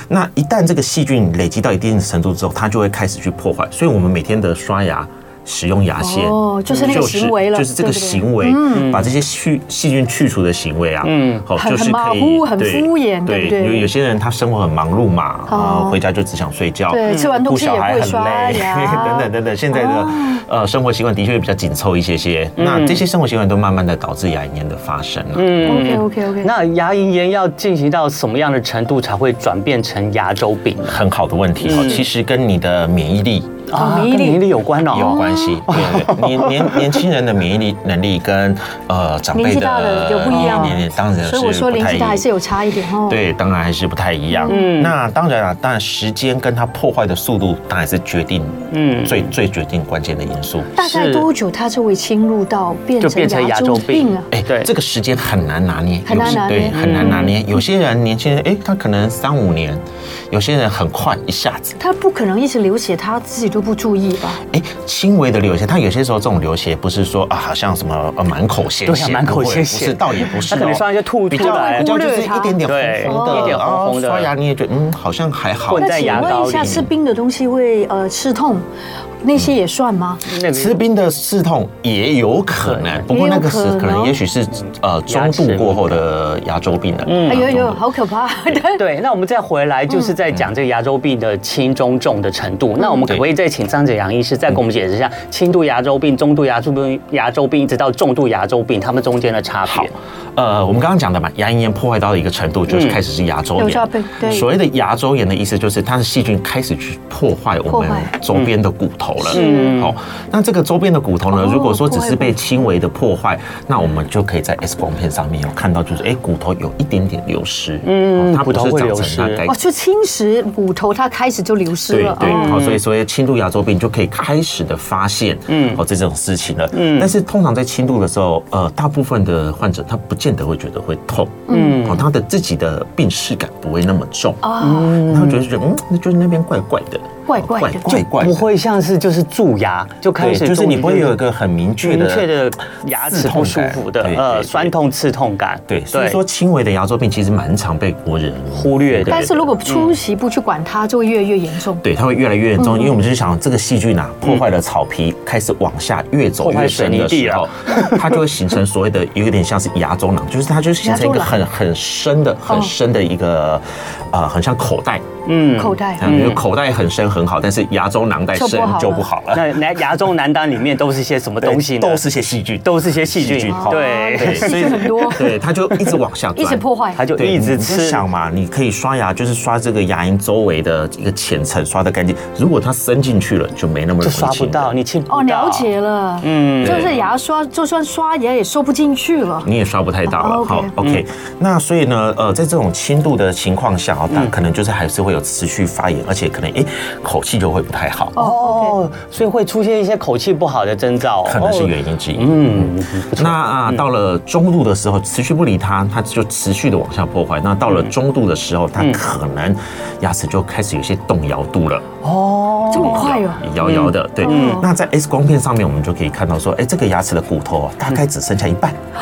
S3: 那一旦这个细菌累积到一定的程度之后，它就会开始去破坏。所以我们每天的刷牙、使用牙线，
S1: 哦就是那个行为了
S3: 就是这个
S1: 对不对嗯
S3: 行为，把这些去细菌去除的行为啊，嗯，好，
S1: 很
S3: 就是
S1: 很马
S3: 可以
S1: 虎很
S3: 对
S1: 敷衍对不对
S3: 有有些人他生活很忙碌嘛，啊，
S1: 哦
S3: 回家就只想睡觉，嗯
S1: 对吃完东西
S3: 顾小孩
S1: 也不会
S3: 很
S1: 刷
S3: 累
S1: 牙 哦
S3: 等等等等。现在的呃生活习惯的确比较紧凑一些些，
S1: 嗯
S3: 那这些生活习惯都慢慢的导致牙龈炎的发生啊了。
S1: OK OK OK，
S2: 嗯那牙龈炎要进行到什么样的程度才会转变成牙周病呢？
S3: 哦
S1: 嗯
S3: 很好的问题哈，其实跟你的免疫力
S2: 啊，
S1: 哦
S2: 跟
S1: 免疫力
S2: 免疫力有关哦。
S3: 有关系，对对对，年年年轻人的免疫力能力跟呃长
S1: 年
S3: 辈
S1: 纪大了
S3: 的
S1: 就不一样了
S3: 免疫力当然是
S1: 所以我说
S3: 不
S1: 年
S3: 太
S1: 纪
S3: 一
S1: 大还
S3: 样。
S1: 是有差一点哦。，
S3: 对，当然还是不太一样。
S2: 嗯
S3: 嗯，那当然啊，当然时间跟它破坏的速度，当然是决定，
S2: 嗯
S3: 嗯，最最决定关键的因素。
S1: 大概
S2: 是
S1: 多久它就会侵入到变
S2: 就变成
S1: 成牙
S2: 牙
S1: 周
S2: 周
S1: 病
S2: 病
S1: 啊？
S3: 哎，
S2: 对
S3: 这个时间很难拿捏，
S1: 很难拿捏嗯
S3: 有时对，很难拿捏。有些人年轻人，哎，他可能三五年，有些人很快一下子，
S1: 它不可能一直流血，它自己都不注意吧？
S3: 哎，轻微的流血，他有些时候这种流血不是说啊，好像什么呃满口鲜
S2: 对
S3: 血
S2: 啊，
S3: 不
S2: 满口
S3: 会
S2: 鲜血
S3: 不是，倒也不是
S2: 他
S3: 哦，
S2: 可能上来就吐
S3: 比
S2: 出
S3: 较
S2: 来
S3: 比较就
S1: 忽
S3: 是
S1: 略它
S3: 一点点
S2: 对
S3: 红红的，
S2: 哦一点红红的
S3: 然后刷牙你也觉得嗯，好像还好
S2: 混。
S1: 那
S2: 在
S1: 请
S2: 牙膏
S1: 问一下，
S2: 里
S1: 吃冰的东西会呃刺痛，那些也算吗？
S2: 那个
S3: 吃冰的刺痛也有可能，不过那个是可能，也许是呃中度过后的牙周病了。嗯
S1: 哎呦呦，好可怕！
S2: 嗯 对，那我们再回来就是在讲这个牙周病的轻中重的程度。那我们可不可以再请张子阳医师再给我们解释一下轻度牙周病、中度牙周病、牙周病一直到重度牙周病它们中间的差别？
S3: 呃，我们刚刚讲的嘛，牙龈炎破坏到一个程度，就是
S2: 嗯
S3: 开始是牙周
S1: 有这
S3: 炎
S1: 病。对
S3: 所谓的牙周炎的意思，就是它的细菌开始去破坏
S1: 破
S3: 我们
S1: 坏
S3: 周边的骨头了。
S2: 嗯
S3: 好，那这个周边的骨头呢
S1: 哦，
S3: 如果说只
S1: 破坏
S3: 是被轻微的破坏，那我们就可以在 X 光片上面有看到，就是哎，骨头有一点点流失，
S2: 嗯
S3: 哦它
S2: 骨头
S3: 不是
S2: 会
S3: 长
S2: 流
S3: 成它
S2: 失
S3: 该
S1: 哦，就侵蚀骨头，它开始就流失
S3: 对
S1: 了。
S3: 对
S1: 哦，
S3: 好，所以所谓轻度牙周病就可以开始的发现，嗯，哦这种事情了，嗯，但是通常在轻度的时候，呃，大部分的患者他不见得会觉得会痛，嗯，哦，他的自己的病视感不会那么重，
S1: 啊，
S2: 哦
S3: 嗯，他会觉得觉得嗯，那就是那边怪怪的，
S1: 怪怪的
S3: 哦怪怪
S2: 不
S3: 的。
S2: 会像是就是蛀牙就开
S3: 对，
S2: 始
S3: 就是你不会有一
S2: 个
S3: 个很明确的、
S2: 明确的牙齿不舒服的
S3: 刺痛感对
S2: 呃
S3: 对
S2: 酸痛刺痛感。
S3: 对，所以说轻微的牙周病其实蛮常被国人
S2: 忽略的
S1: 但是如果出席不去管它，就会越来越严重。
S3: 对，它会越来越严
S2: 嗯
S3: 重，因为我们就是想这个细菌啊，破坏了草皮，开始往下越走
S2: 破坏
S3: 越深的
S2: 水泥地啊
S3: 时候，它就会形成所谓的有点像是牙 周囊，就是它就是形成一个
S1: 牙周
S3: 很很深的、很深的一个，呃，很像口袋，
S2: 嗯
S1: 口袋
S3: 啊就是口袋很深很好，但是牙周囊袋
S1: 就不
S3: 深
S1: 好了
S3: 就不好了，
S2: 那那牙周男单里面都是些什么
S3: 对
S2: 东西呢？
S3: 都是些细菌，
S2: 都是些细
S3: 细
S2: 菌
S3: 菌好，
S2: 对
S1: 哦对
S3: 嗯所以
S1: 细菌很多
S3: 对，它就一直往下钻，
S1: 一直破坏
S2: 它就
S3: 对
S2: 一直
S3: 你就
S2: 吃
S3: 想嘛，你可以刷牙，就是刷这个牙龈周围的一个浅层，刷的干净。如果它伸进去了，就没那么
S2: 就
S3: 容易
S2: 刷不
S3: 清理了
S2: 到，你亲不到。
S1: 哦，了解了，嗯，就是牙刷，就算刷牙也收不进去了。
S3: 你也刷不太到
S1: 哦
S3: 了。
S1: ，OK
S3: 好，OK。那所以呢，呃，在这种轻度的情况下，哦，
S1: 嗯
S3: 但可能就是还是会有持续发炎，而且可能诶口气就会不太好，
S1: 哦
S2: 哦，所以会出现一些口气不好的征兆哦，
S3: 可能是
S2: 哦
S3: 原因之一。
S2: 嗯，
S3: 那啊，到了中度的时候，持续不理它，它就持续的往下破坏。那到了中度的时候，它可能牙齿就开始有些动摇度了，
S2: 哦，
S1: 这么快哦，
S3: 摇摇的。对
S1: 嗯，
S3: 那在 X 光片上面，我们就可以看到说，哎，这个牙齿的骨头啊，大概只剩下一半，
S1: 嗯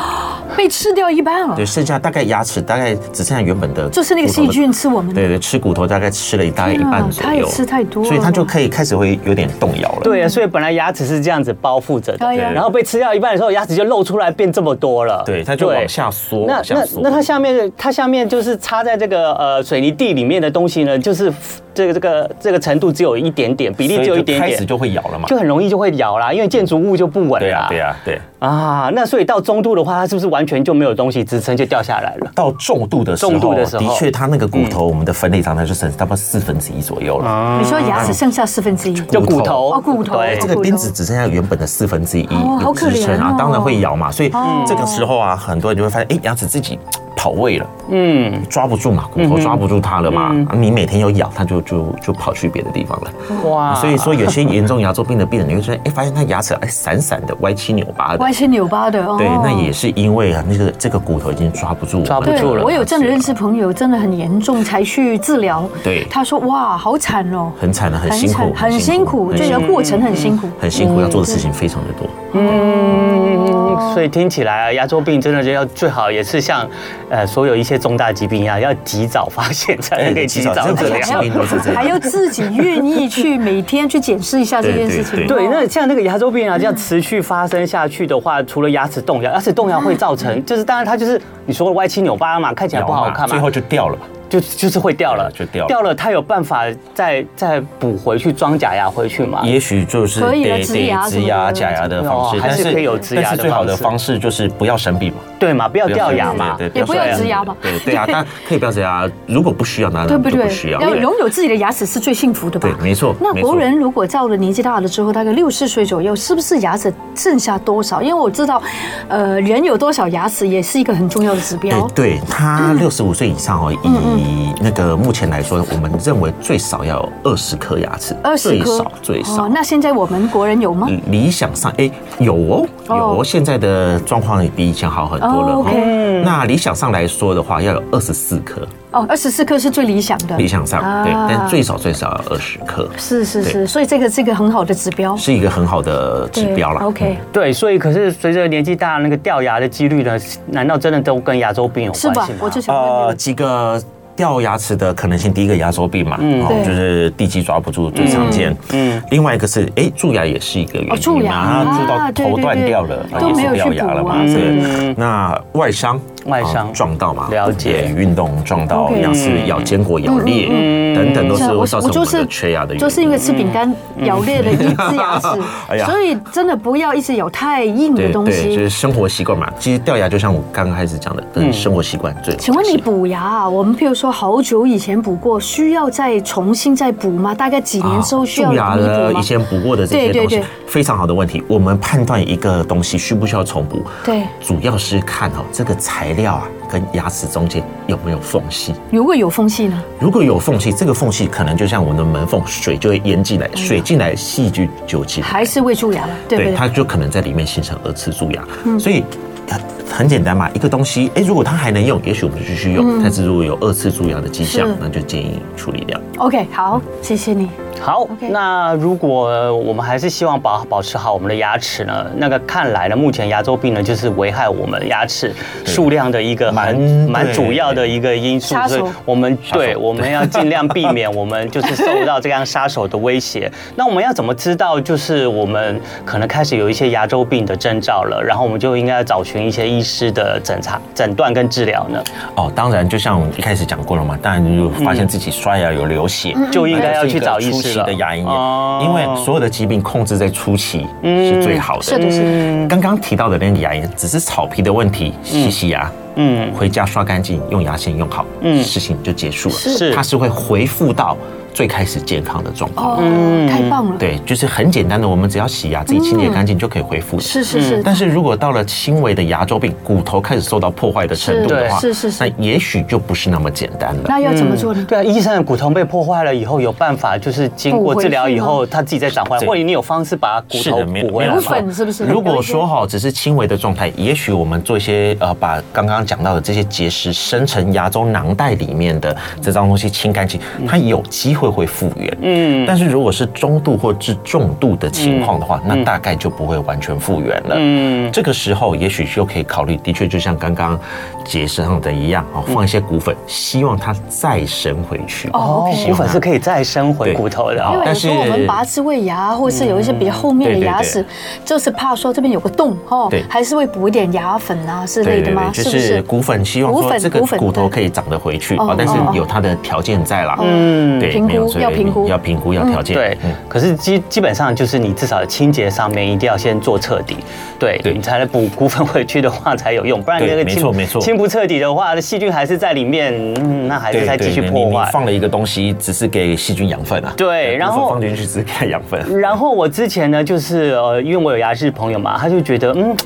S1: 被吃掉一半了
S3: 对，，剩下大概牙齿大概只剩下原本的，
S1: 就是那个细菌吃
S2: 嗯
S1: 我们的
S3: 对对，吃骨头大概吃了大概一半左
S1: 天啊他也
S3: 右，
S1: 吃太多了吧
S3: 所以它就可以开始会有点动摇了。
S2: 对啊，所以本来牙齿是这样子包覆着的，
S1: 哎呀
S2: 然后被吃掉一半的时候，牙齿就露出来变这么多了，
S3: 对，它就
S2: 对
S3: 往下缩，
S2: 那
S3: 往下
S2: 那
S3: 缩。
S2: 那它下面的它下面就是插在这个呃水泥地里面的东西呢，就是这个这个这个程度只有一点点，比例只有一点
S3: 所以就开始
S2: 点，
S3: 就会咬了嘛。
S2: 就啊很容易就会咬啦，因为建筑物就不稳
S3: 对呀
S2: 啦，。
S3: 对啊呀，对。
S2: 啊，那所以到中度的话，它是不是完全就没有东西支撑就掉下来了？
S3: 到重度的时候，
S2: 重度的时候嗯
S3: 确，它那个骨头，我们的分类上它就剩差不多四分之一左右了。
S2: 哦
S1: 你说牙齿剩下四分之一，
S3: 嗯
S2: 就骨头，
S1: 哦骨头
S2: 对
S3: 这个钉子只剩下原本的四分之一
S1: 哦好
S3: 的
S1: 可怜
S3: 支撑啊
S1: 哦，
S3: 当然会咬嘛。所以
S1: 哦
S3: 这个时候啊，很多人就会发现，哎，牙齿自己跑位了，
S2: 嗯。
S3: 抓不住嘛，骨头抓不住它了嘛。啊你每天有咬，它就就就跑去别的地方了。
S2: 哇
S3: 所以说，有些严重牙周病的病人，你会觉得，哎，发现他牙齿哎闪闪的、歪七扭八的
S1: 歪。七扭八的。哦
S3: 对，那也是因为啊，那个这个骨头已经抓不住，
S2: 抓不
S1: 对
S2: 住了
S1: 我有真的认识朋友，真的很严重，才去治疗。
S3: 对
S1: 他说哇，好惨哦，
S3: 很惨的，啊很辛苦，
S1: 很辛苦，
S3: 很
S1: 这
S3: 辛
S1: 个
S3: 苦嗯
S1: 过程很嗯辛苦。
S3: 很辛苦，要做的事情非常的多。
S2: 嗯，所以听起来啊，牙周病真的就要最好也是像，呃，所有一些重大疾病一样，要及早发现才能
S3: 哎
S2: 给及
S3: 及早
S2: 早
S3: 这
S2: 治
S3: 个
S2: 疗。
S3: 疾病都是这样
S1: 还要自己愿意 去每天去检视一下这件事情。
S3: 对对
S2: 对，那像那个牙周病啊，这样持续发生下去的话，除了牙齿动摇，牙齿动摇会造成，就是当然它就是你说歪七扭八嘛，看起来不好看嘛，
S3: 最后就掉了吧。
S2: 就就是会掉了，
S3: 对就掉了
S2: 掉了，它有办法再再补回去，装假牙回去嘛？
S3: 也许就是
S1: 可以了
S3: 得
S1: 植牙什么
S3: 得植
S1: 的
S3: 牙、假牙的方
S2: 啊哦
S3: 式，
S2: 还是可以有植牙的
S3: 但是最好的
S2: 方
S3: 方式就是不要生病嘛，
S2: 对嘛，不要
S3: 不
S2: 掉牙
S3: 生病
S2: 嘛。
S3: 对，
S1: 也不要
S3: 生病
S1: 植牙嘛
S3: 对对啊，但可以不要植牙，如果不需要，那
S1: 对不
S3: 就
S1: 对
S3: 不需？要。
S1: 要拥有自己的牙齿是最幸福的吧
S3: 对？，没错。
S1: 那
S3: 没错
S1: 国人如果到了年纪大了之后，大概六十岁左右，是不是牙齿剩下多少？因为我知道，呃，人有多少牙齿也是一个很重要的指
S3: 哎
S1: 标，。
S3: 对
S1: 嗯
S3: 他六十五岁以上哦，以那个目前来说，我们认为最少要有二十颗牙齿，
S1: 二十
S3: 最
S1: 颗哦
S3: 少最少。
S1: 那现在我们国人有吗？
S3: 嗯理想上，哎、有哦，有哦，
S1: 哦
S3: 现在的状况也比以前好很多了、
S1: 哦
S3: 哦。
S1: ，OK
S3: 那理想上来说的话，要有二十四颗，
S1: 哦，二十四颗是最理想的。
S3: 理想上、
S1: 啊
S3: 对，但最少最少要二十颗，
S1: 是是
S3: 对
S1: 是，所以这个是一个很好的指标。
S3: 是一个很好的指标啦。嗯
S1: 对 OK，
S2: 对，所以可是随着年纪大，那个掉牙的几率呢？难道真的都跟牙周病有
S1: 是
S2: 关
S1: 吧
S2: 系吗？？
S1: 我就想问
S3: 呃，
S1: 你，
S3: 几个掉牙齿的可能性，第一个牙周病嘛，嗯，
S1: 对
S3: 就是地基抓不住最常见。嗯，另外一个是，哎、蛀牙也是一个原因嘛，
S1: 哦蛀牙
S3: 然后蛀
S1: 啊对
S3: 到
S1: 对
S3: 头断
S1: 对
S3: 掉了，
S1: 都
S3: 也
S1: 没有
S3: 是掉
S1: 去
S3: 牙
S1: 补
S3: 了
S1: 啊
S3: 嘛，对。那外伤，
S2: 外
S3: 啊
S2: 伤
S3: 撞到嘛，
S2: 了解
S3: 对运动撞到
S1: OK 嗯
S3: 牙齿咬坚果咬裂等等，都是会造成我们的缺牙的原因。
S1: 就是因为吃饼干咬裂了一只牙齿
S3: 哎，呀
S1: 所以真的不要一直咬太硬的
S3: 对
S1: 东
S3: 对，就
S1: 西
S3: 是。生活习惯嘛。其实掉牙就像我刚刚开始讲的，跟生活习惯最。
S1: 嗯请问你补牙啊？我们譬如说好久以前补过，需要再重新再补吗？大概
S3: 啊
S1: 几年之后需要
S3: 蛀牙
S1: 弥
S3: 的
S1: 补吗
S3: 以？前补过的这些
S1: 对对
S3: 东西
S1: 对，
S3: 非常好的问题。我们判断一个东西需不需要重补，
S1: 对
S3: 主要是看哦这个材料啊跟牙齿中间有没有缝隙。
S1: 如果有缝隙呢？
S3: 如果有缝隙，这个缝隙可能就像我们的门缝，水就会淹进来，水进来细菌就进来，
S1: 哎还是会蛀牙了，对不
S3: 对，
S1: 对？
S3: 它就可能在里面形成二次蛀牙。所以很很简单嘛，一个东西，哎，如果它还能用，也许我们就继续用；但是如果有二次蛀牙的迹
S1: 嗯
S3: 象
S1: 是，
S3: 那就建议处理掉。
S1: OK，好，谢谢你。
S2: 好
S1: OK
S2: 那如果我们还是希望保保持好我们的牙齿呢？那个看来呢，目前牙周病呢就是危害我们牙齿数量的一个
S3: 蛮
S2: 很蛮
S3: 对
S2: 主要的一个因素
S1: 杀，手
S2: 所以我们
S3: 手
S2: 对我们要尽量避免我们就是受到这样杀手的 威胁。那我们要怎么知道就是我们可能开始有一些牙周病的征兆了？然后我们就应该找寻一些医师的诊查、诊断跟治疗呢？
S3: 哦，当然，就像我们一开始讲过了嘛，当然你就发现自己刷牙有流血，
S1: 嗯
S2: 就应该要去找医
S3: 初
S2: 师
S3: 期
S2: 了。
S3: 的牙龈
S2: 哦
S3: 炎，因为所有的疾病控制在初期是最好的。
S1: 嗯是的，是的。
S2: 嗯
S3: 刚刚提到的那个牙龈只是草皮的问题，洗洗牙，
S2: 嗯
S3: 回家刷干净，用牙线用好，
S2: 嗯
S3: 事情就结束了。
S2: 是
S3: 它是会恢复到最开始健康的状况。
S1: 哦，太棒了。
S3: 对，就是很简单的，我们只要洗牙，自己清
S1: 嗯
S3: 洁干净就可以恢复了。
S1: 是是是。
S3: 嗯但是如果到了轻微的牙周病，骨头开始受到破坏的程度的话，
S1: 是是是是
S3: 那也许就不是那么简单了。
S1: 那要怎么做呢？
S2: 对啊，医生的骨头被破坏了以后，有办法就是经过治疗以
S1: 补
S2: 后，他自己再长回来，
S3: 对
S2: 或者你有方式把骨
S3: 是
S2: 头
S3: 的，没有
S2: 补回
S3: 没
S2: 来
S3: 有
S1: 骨
S2: 吗？
S3: 错
S1: 粉是不是
S3: 如果说哈，只是轻微的状态，也许我们做一些呃，把刚刚讲到的这些结石生成牙周囊袋里面的这张东西清干净，
S1: 嗯
S3: 它有机会会复原。嗯，但是如果是中度或至重度的情况
S1: 嗯
S3: 的话，那大概就不会完全复原了。嗯，这个时候也许就可以考虑，的确就像刚刚结石上的一样哦，放一些骨粉，希望它再生回去。
S1: 哦
S2: 哦，
S1: ，OK
S2: 骨粉是可以再生回
S3: 对
S2: 骨头的
S1: 因
S2: 哦。
S1: 为有时候我
S3: 但
S1: 们
S3: 是
S1: 拔智慧牙，或是有一些比较后面的牙齿，
S3: 对
S1: 就是怕说这边有个洞哦
S3: 对，
S1: 还是会补一点牙粉啊之类的吗？
S3: 就是
S1: 不
S3: 是
S1: 是？
S3: 骨粉，希望
S1: 骨
S3: 说
S1: 粉
S3: 这个
S1: 骨粉
S3: 骨头
S1: 对
S3: 可以长得回去
S1: 哦
S3: 啊，但是
S1: 哦
S3: 有它的条件在啦。
S1: 嗯
S3: 对，
S1: 评
S3: 没有
S1: 估
S3: 所以
S1: 要评估嗯
S3: 要评估要条件。嗯
S2: 对，可是基基本上就是你至少清洁上面一定要先做彻底，对
S3: 对
S2: 你才能补骨粉回去的话才有用，不然
S3: 对
S2: 那个
S3: 没
S2: 清
S3: 错没错
S2: 清不彻底的话，细菌还是在里面，嗯，那还是在继续
S3: 对
S2: 破
S3: 你你
S2: 坏。
S3: 放了一个东西，只是给细菌养分啊。
S2: 对然后
S3: 骨粉放进去只是给它养 分。
S2: 然后我之前呢，就是呃，因为我有牙齿朋友嘛，他就觉得，嗯，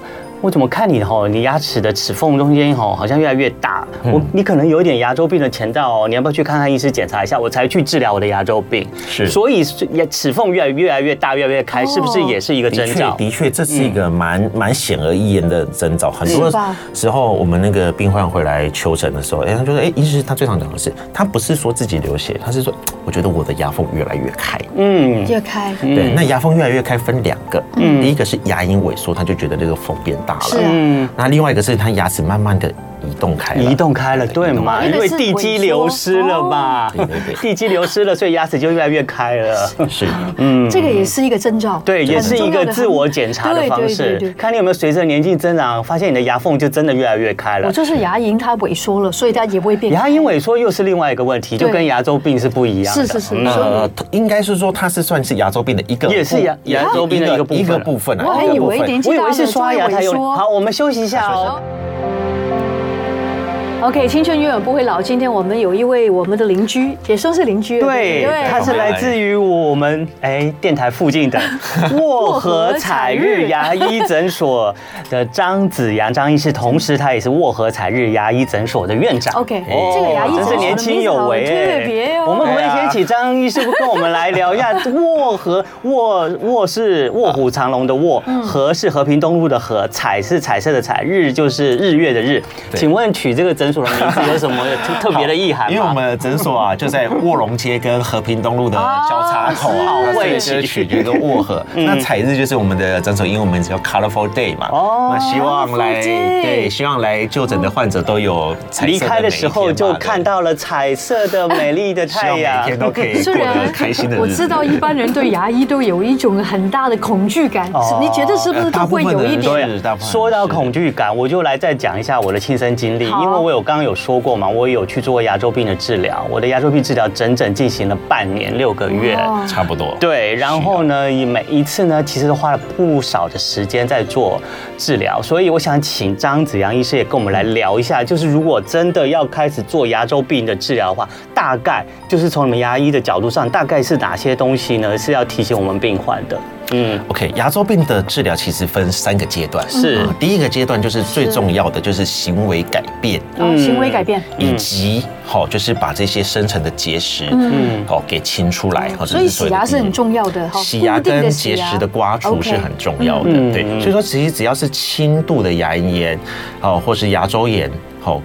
S2: 我怎么看你吼，你牙齿的齿缝中间吼，好像越来越大，
S3: 嗯
S2: 我你可能有一点牙周病的前兆哦，你要不要去看看医师检查一下？我才去治疗我的牙周病。
S3: 是
S2: 所以是也齿缝越来越来越大，越来越开，
S1: 哦
S2: 是不是也是一个
S3: 的
S2: 征
S3: 确，
S2: 兆？
S3: 的确，这是一个蛮蛮显而易见的征兆。很多
S1: 是吧
S3: 时候，我们那个病患回来求诊的时候，哎，他就说，哎，医师他最常讲的是，他不是说自己流血，他是说，我觉得我的牙缝越来越开。
S2: 嗯，
S1: 越开
S3: 对，那牙缝越来越开分两个，第一个是牙龈萎缩，他就觉得这个缝变大了，
S1: 是啊
S3: 那另外一个是他牙齿慢慢的移动开了，
S2: 嗯移动开了，对嘛？
S1: 一
S2: 因
S1: 个
S2: 为
S1: 是
S2: 地
S1: 萎
S2: 基
S1: 缩
S2: 流失了嘛，
S3: 对对对
S2: 地基流失了，所以牙齿就越来越开了。
S3: 是
S1: 这个也是一个征兆，
S2: 对，也
S1: 很
S2: 是一
S1: 重要
S2: 个
S1: 的
S2: 自我检查的
S1: 对
S2: 方
S1: 对对
S2: 式
S1: 对，对
S2: 看你有没有随着年纪增长，发现你的牙缝就真的越来越开了
S1: 我。就是牙龈它萎缩了，所以它也会变
S2: 牙龈萎缩又是另外一个问题，就
S1: 对
S2: 跟牙周病是不一样的。
S1: 是是是
S2: 嗯
S3: 呃，应该是说它是算是牙周病的一个部，
S2: 也是牙牙周病的一个部分
S3: 一个部分啊。
S1: 我还
S3: 一个
S1: 以
S3: 部
S1: 为
S3: 分
S1: 年纪
S2: 我以
S1: 大
S2: 为
S1: 了
S2: 是刷牙才有
S1: 就会。萎缩
S2: 好，我们休息一下哦。
S1: OK，青春永远不会老。今天我们有一位我们的邻居，也算是邻居了，
S2: 对
S1: 不，
S2: 它是来自于我们哎电台附 近的漠河彩日牙医诊所的张子阳张医师，同时他也是漠河彩日牙医诊所的院长。
S1: OK，
S2: 哦
S1: 这个牙医诊
S2: 真
S1: 所的
S2: 是年
S1: 名字
S2: 轻有
S1: 好
S2: 为哎
S1: 特别哦。
S2: 我们可不可以
S3: 对啊
S2: 先请张医师跟我们来聊 一下卧和卧卧是卧虎藏龙的卧，
S1: 嗯
S2: 和是和平东路的和，彩是彩色的彩，日就是日月的日。
S3: 对
S2: 请问取这个诊所的名字有什么特特别的意涵吗？
S3: 因为我们诊所啊就在卧龙街跟和平 东路的交叉口啊，
S2: 哦
S3: 那所以
S2: 是
S3: 就是取决一个 卧河。
S2: 嗯
S3: 那彩日就是我们的诊所，因为我们叫 Colorful Day 嘛。
S2: 哦
S3: 那希望
S1: Colorful
S3: 来
S1: Day
S3: 对，希望来就诊的患者都有彩色
S2: 离开
S3: 的
S2: 的时候就看到了彩色的美丽的
S3: 太
S2: 太
S3: 阳，希望每
S2: 阳。
S3: 天都可以
S1: 虽
S3: 过
S1: 然
S3: 得开心的日子。
S1: 我知道一般人对牙医都有一种很大的恐惧感，
S2: 哦
S1: 是你觉得是不是都
S3: 呃大部
S1: 会
S3: 分的
S1: 有一
S3: 人
S1: 点？
S3: 是大部分人
S2: 说到
S3: 是
S2: 恐惧感，我就来再讲一下我的亲身经历，
S1: 好
S2: 因为我有刚刚有说过嘛，我有去做牙周病的治疗，我的牙周病治疗整整进行了半年六个月。
S1: 哦
S3: 差不多。
S2: 对，然后呢，也每一次呢，其实都花了不少的时间在做治疗，所以我想请张子阳医师也跟我们来聊一下，就是如果真的要开始做牙周病的治疗的话，大概就是从你们牙医的角度上，大概是哪些东西呢是要提醒我们病患的？嗯，
S3: OK，牙周病的治疗其实分三个阶段，
S2: 是
S1: 嗯
S3: 啊第一个阶段就是最重要的，就是行为改变。
S1: 哦行为改变。
S3: 以及好、就是把这些深层的结石，嗯，好、给清出来，好、
S1: 所以洗牙是很重要的哈，
S3: 洗牙
S1: 固定
S3: 跟
S1: 的
S3: 结
S1: 洗牙
S3: 石的刮除
S1: OK
S3: 是很重要的，
S2: 嗯
S3: 对，
S2: 嗯
S3: 所以说其实只要是轻度的牙龈炎，哦，或是牙周炎，哦，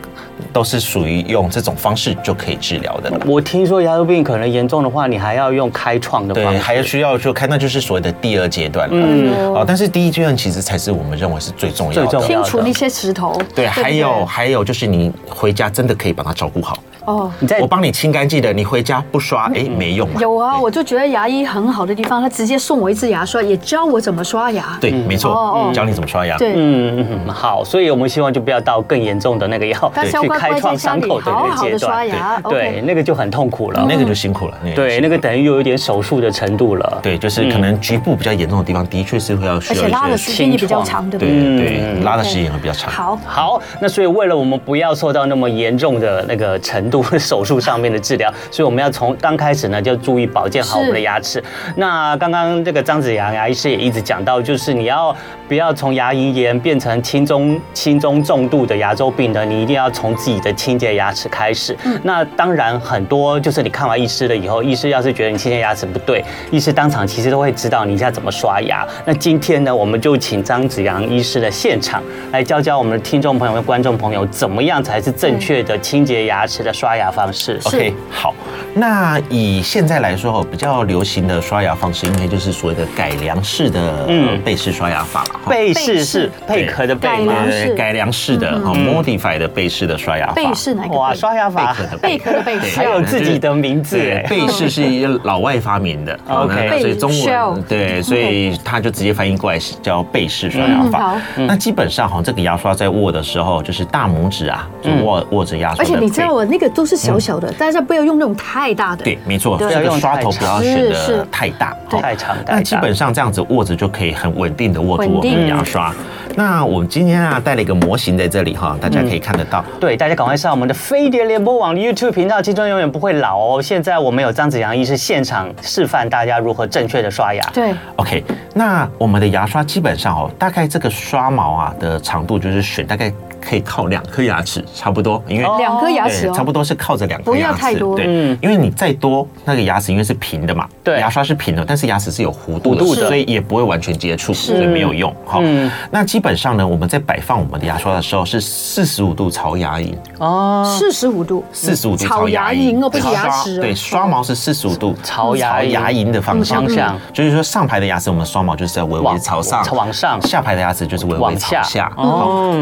S3: 都是属于用这种方式就可以治疗的。
S2: 我听说牙周病可能严重的话，你还要用开创的方
S3: 对，
S2: 式，
S3: 还需要就看，那就是所谓的第二阶段了。
S1: 嗯
S3: 哦，但是第一阶段其实才是我们认为是最重要
S2: 最重要
S3: 的。
S1: 清除那些石头。
S3: 对，
S1: 不
S3: 还有还有就是你回家真的可以把它照顾好。
S1: 哦。
S2: 你在
S3: 我帮你清干净的，你回家不刷，
S2: 嗯
S3: 哎，没用嘛。
S1: 有啊，
S3: 对
S1: 我就觉得牙医很好的地方，他直接送我一支牙刷，也教我怎么刷牙。
S3: 对，没
S1: 哦
S3: 错
S1: 哦，
S3: 教你怎么刷牙。
S1: 对，
S2: 嗯嗯嗯好，所以我们希望就不要到更严重的那个要
S1: 大家要
S2: 去
S1: 乖乖
S2: 开创伤口的
S1: 在家里好
S2: 那
S1: 好
S2: 个
S1: 地
S2: 阶
S1: 刷
S2: 段，
S1: 牙
S2: 对对
S1: OK
S2: 那个就很痛苦了
S3: 啊，那个就辛苦了。那个就辛
S2: 对，嗯
S3: 苦
S2: 那个等于又有点手术的程度了，
S3: 对，就是可能局部比较严重的地方，的确是会要需
S1: 而
S3: 要
S1: 且拉
S3: 一
S1: 的
S3: 些
S1: 时间也比较长，对不对？
S3: 对
S2: 嗯
S3: 对，拉的时间也会比较长。
S1: 好，
S2: 好，那所以为了我们不要受到那么严重的那个程度 手术上面的治疗，所以我们要从刚开始呢就注意保健好
S1: 是
S2: 我们的牙齿。那刚刚这个张子阳牙医师也一直讲到，就是你要不要从牙龈炎变成轻中轻中重度的牙周病呢？你一定要从自己的清洁牙齿开始。那当然很多就是你看完医师了以后，医师要是觉得你清洁牙齿不对，医师当场其实都会指导你一下怎么刷牙。那今天呢，我们就请张子阳医师的现场来教教我们的听众朋友跟观众朋友，怎么样才是正确的清洁牙齿的刷牙方式。
S3: OK，好。那以现在来说，哦，比较流行的刷牙方式，应该就是所谓的改良式的呃
S2: 嗯
S3: 背式刷牙法了。哈
S2: 贝
S1: 贝
S2: 氏
S1: 氏
S2: 是贝壳的贝
S1: 改
S2: 吗
S1: 良？式嗯
S3: 对改良式的哦 modify 的背式的刷牙法。
S1: 背是哪个
S2: 哇，
S1: 背？
S2: 刷牙法
S3: 贝壳的
S1: 贝壳的
S3: 贝
S1: 贝
S3: 对
S1: 是
S2: 还
S1: 啊。
S2: 有自己的名字
S3: 对，
S2: 哎。
S3: 贝氏是一个老外发明的
S2: OK
S3: 好那所以中
S1: 贝氏
S3: 文对，所以它就直接翻译过来是叫贝氏刷牙
S1: 嗯
S3: 法
S1: 好。
S3: 那基本上哦哈，这个牙刷在握的时候，就是大拇指啊，就握握着牙刷
S1: 而
S3: 的背。
S1: 且你知道我那个都是小小的，大家不要用那种太大的。
S3: 嗯对，没错，
S1: 对
S3: 这个刷头不要选
S1: 是是
S3: 的太大，
S1: 对
S2: 太长太大
S3: 那哎基本上这样子握着就可以很稳定的握住
S1: 稳
S3: 我们
S1: 定
S3: 的牙刷。那我们今天啊带了一个模型在这里哈，大家可以看得到。
S1: 嗯
S2: 对，大家赶快上我们的飞碟联播网 YouTube 频道，青春永远不会老哦。现在我们有张子阳医师现场示范大家如何正确的刷牙。
S1: 对，
S3: OK，那我们的牙刷基本上哦，大概这个刷毛啊的长度就是选大概可以靠两颗牙齿差不多，因为、
S2: 哦
S1: 两颗牙齿
S3: 对，
S1: 哦，
S3: 差不多是靠着两颗
S1: 不要
S3: 牙齿，
S1: 太多
S3: 对，
S2: 嗯
S3: 因为你再多，那个牙齿因为是平的嘛，
S2: 对
S3: 牙刷是平的，但是牙齿是有弧度的，
S2: 弧度的
S3: 所以也不会完全接触，所以没有用。好，
S2: 嗯
S3: 那基本上呢，我们在摆放我们的牙刷的时候是四十五度朝牙龈，
S2: 哦，
S1: 四十五度，
S3: 四十五度
S1: 朝
S3: 朝
S1: 嗯牙
S3: 牙
S1: 龈
S3: 龈
S1: 哦，不是
S3: 朝
S1: 牙齿哦。
S3: 对，刷毛是四十五度
S2: 朝牙龈
S3: 牙龈的方向，
S2: 方向
S3: 就是说上排的牙齿我们刷毛就是要微微
S2: 往
S3: 朝上，
S2: 往上
S3: 下排的牙齿就是微微
S2: 往
S1: 嗯
S3: 朝
S2: 下
S3: 下，
S2: 哦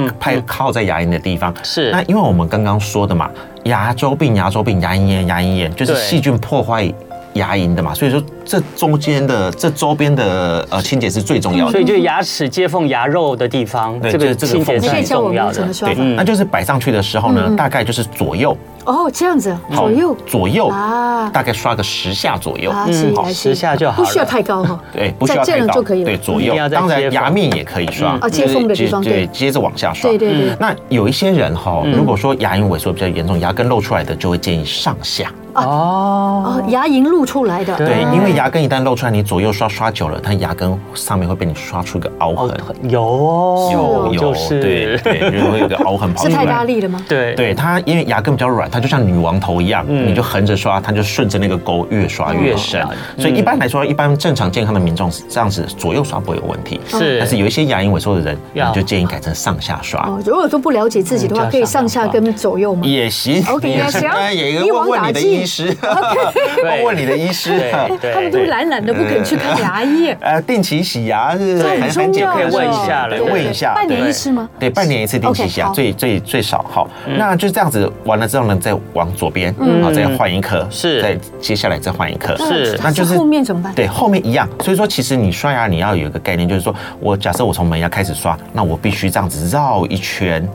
S3: 哦，排靠靠在牙龈的地方。
S4: 是
S3: 那因为我们刚刚说的嘛，牙周病、牙周病、牙龈炎、牙龈炎，就是
S2: 对
S3: 细菌破坏。牙龈的嘛，所以说这中间的这周边的呃清洁是最重要的。
S2: 所以就是牙齿接缝牙肉的地方，
S3: 对
S2: 这个
S3: 这这个
S2: 清洁
S3: 缝
S2: 是
S1: 你可以
S2: 很
S1: 教我
S2: 重要
S1: 们怎
S2: 的
S1: 么。刷法？
S3: 那就是摆上去的时候呢，大概就是左右，
S1: 哦，这样子，左右
S3: 左右
S1: 啊
S3: 大概刷个十下左右。
S1: 啊，是
S2: 好
S1: 还
S2: 十
S1: 是
S2: 下就好了
S1: 不需要太高哈。
S3: 对，不需要
S1: 在
S3: 太
S1: 这
S3: 高，
S1: 样就可以了
S3: 对，左右
S2: 一定要。在
S3: 当
S2: 接
S3: 然，
S2: 缝
S3: 牙面也可以刷，
S1: 哦接缝的地方
S3: 就
S1: 对
S3: 是接对，嗯接着往下刷。
S1: 对对对
S3: 那有一些人哈，
S2: 嗯
S3: 如果说牙龈萎缩比较严重，牙根露出来的，就会建议上下。
S4: 哦，
S1: 哦，牙龈露出来的，
S3: 对，
S1: 啊
S3: 因为牙根一旦露出来，你左右刷刷久了，它牙根上面会被你刷出一个凹痕。
S2: 有哦，
S3: 有有
S2: 就，
S3: 对
S2: 是
S3: 对，就会有一个凹痕跑 出
S1: 是太
S3: 来。
S1: 大力了吗？
S2: 对
S3: 对它，因为牙根比较软，它就像女王头一样，
S2: 嗯
S3: 你就横着刷，它就顺着那个沟越刷越深。
S2: 嗯
S3: 所以一般来说，一般正常健康的民众是这样子左右刷不会有问题。
S2: 是
S3: 嗯但是有一些牙龈萎缩的人，你
S2: 要
S3: 就建议改成上下刷。
S1: 哦，如果都不了解自己的话，
S2: 嗯
S1: 可以上下跟左右吗？
S3: 也行
S1: OK，
S3: 你
S1: 也行
S3: 当然也
S1: 一网
S3: 问问
S1: 打
S3: 你的
S1: 尽
S3: 医师， 问问你的医师。
S2: 对对
S1: 他们都懒懒的不肯去看牙医。
S3: 呃，定期洗牙 是
S1: 这很
S3: 很很
S1: 重
S3: 简
S1: 要啊的，
S3: 单
S2: 可
S3: 的
S2: 以问
S3: 事
S2: 一下了
S3: 对
S2: 对
S3: 问一下，
S1: 半年
S3: 对
S1: 一次吗？
S3: 对，半年一次定期
S1: OK，
S3: 洗牙
S1: 好
S3: 最最最少好，
S2: 嗯
S3: 那就这样子完了之后呢，再往左边，
S1: 嗯
S3: 好，再换一颗，
S4: 是
S3: 再接下来再换一颗，
S4: 是
S3: 那就是
S1: 啊后面怎么办？
S3: 对，后面一样。所以说，其实你刷牙你要有一个概念，就是说我假设我从门牙开始刷，那我必须这样子绕一圈，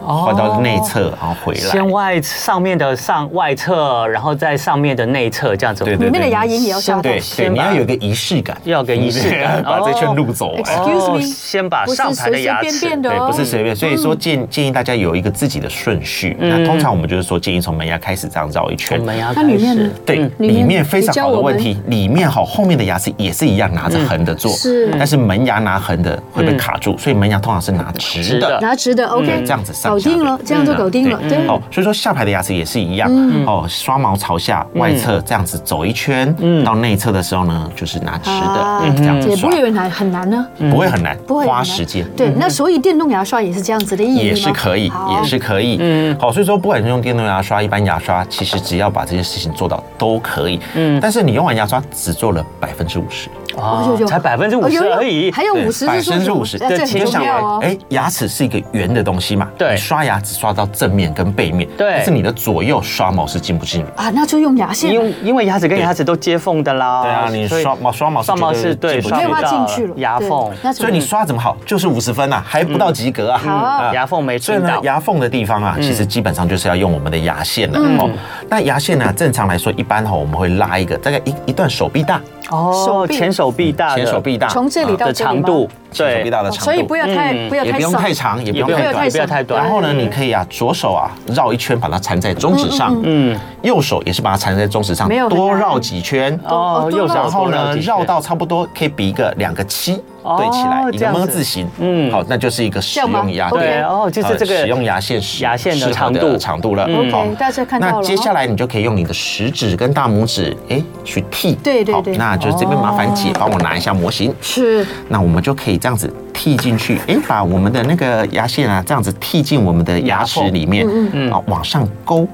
S3: 换到内侧，然后回来。
S2: 哦先外上面的上外侧，然后在上面的内侧这样子。
S3: 对
S1: 里
S3: 对
S1: 面的
S3: 对
S1: 牙龈也要刷到。
S3: 对对，
S2: 把
S3: 你要有一个仪式感，
S2: 要有个仪式感
S3: 把这圈路走完。
S1: Excuse
S2: 哦
S1: me，
S2: 先把
S1: 不是
S2: 上排的
S1: 随随
S2: 牙
S1: 便
S2: 齿
S1: 便的
S3: 对，
S1: 哦
S3: 不是随便，所以说
S2: 嗯
S3: 建建议大家有一个自己的顺序。那通常我们就是说建议从门牙开始这样绕一圈
S2: 我。们要
S1: 它
S2: 开
S1: 里面
S2: 始
S1: 呢。
S3: 对，
S1: 里面
S3: 里面非
S1: 你
S3: 常
S1: 教
S3: 好的
S1: 我们
S3: 问题，里面好，后面的牙齿也是一样拿着横的
S2: 嗯
S3: 做，
S1: 是
S3: 但是门牙拿横的会被卡住，所以门牙通常是拿直
S2: 直
S3: 的
S2: 的，
S1: 拿直的，OK，
S3: 嗯对这样子
S1: 嗯
S3: 上
S1: 搞
S3: 下
S1: 定
S3: 的嗯
S1: 了，这样就搞定了，对。嗯
S3: 哦，所以说下排的牙齿也是一样，哦，刷毛朝下，外侧这样子走一圈，到内侧的时候呢，就是拿直
S1: 啊
S3: 的这样子
S1: 也不
S3: 刷
S1: 会，很难，很难呢，
S3: 不会很难，
S1: 不会很难
S3: 花时间。嗯
S1: 对，那所以电动牙刷也是这样子的意义吗
S3: 也是可以，
S1: 好
S3: 也是可以。嗯，好，所以说不管是用电动牙刷、一般牙刷，其实只要把这些事情做到都可以。嗯，但是你用完牙刷只做了百分之五十，
S1: 哦有有
S2: 才百分之五
S1: 哦
S2: 十
S1: 有有
S2: 而已，
S1: 还有五十
S3: 百
S1: 是说
S3: 分之五十，
S1: 哎这
S2: 对
S3: 你
S1: 很
S3: 就
S1: 重
S3: 想
S1: 要哦。
S3: 哎，牙齿是一个圆的东西嘛，
S2: 对
S3: 你刷牙只刷到正面跟背面，
S2: 对
S3: 但是你的左右刷毛是进不进入。
S1: 啊，那就用牙线，
S2: 因为因为牙齿跟牙齿都接缝的啦。
S3: 对啊你
S2: 所以
S3: 刷毛刷毛是
S2: 刷毛
S3: 绝对
S2: 是对
S3: 进不
S2: 刷
S1: 没有
S2: 不
S1: 办
S2: 到
S1: 法进去了，
S2: 牙
S1: 对
S2: 缝，啊
S1: 那怎
S3: 所
S1: 么
S3: 以你
S1: 办
S3: 刷怎么好，就是五十分呐、还不到及格啊。
S1: 好
S2: 嗯
S3: 啊
S2: 牙缝没
S3: 所以
S2: 进
S3: 呢，
S2: 到。嗯
S3: 牙缝的地方啊，其实基本上就是要用我们的牙线了、
S1: 嗯
S3: 哦。那牙线呢、正常来说，一般哈、我们会拉一个大概一一段手臂大，
S1: 手
S2: 哦，
S1: 臂
S2: 前手臂大的，
S3: 前手臂大，
S1: 从这里
S3: 啊
S1: 到
S2: 的
S1: 这里
S2: 长
S1: 吗
S2: 度，
S3: 前手臂大的
S1: 哦
S3: 长度，嗯
S1: 所以不要太不要
S3: 也
S1: 太
S3: 不用
S1: 少
S3: 太，长，也
S2: 也
S3: 不用
S2: 不
S3: 太
S1: 太
S3: 短
S2: 短，
S1: 少
S2: 不要太短。
S3: 然后呢，你可以啊，左手啊绕一圈，把它缠在中指上，嗯，右手也是把它缠在中指上
S1: 没有，很
S3: 多
S1: 难
S3: 绕几圈，
S1: 哦
S2: 哦，
S1: 多
S2: 右
S1: 绕
S2: 手
S3: 然后呢，
S2: 几圈
S3: 绕到差不多可以比一个两个七
S2: 哦
S3: 对起来，
S2: 这
S3: 一个
S2: 样子
S3: 么字形。嗯，好，那就是一个使
S1: 这样吗
S3: 用牙
S1: OK
S3: 对
S2: 对哦，就是这
S3: 呃使用
S2: 个
S3: 牙线时
S2: 牙线的
S3: 适合
S2: 长度
S3: 长度了。好
S1: 嗯 OK，大家看到
S3: 那
S1: 了。哦
S3: 接下来你就可以用你的食指跟大拇指，哎，去剃。
S1: 对对
S3: 好
S1: 对
S3: 那就这边麻烦姐帮我拿一下模型。
S1: 是
S3: 那我们就可以这样子剃进去，哎，把我们的那个牙线啊，这样子剃进我们的牙齿里面，嗯啊，往上勾。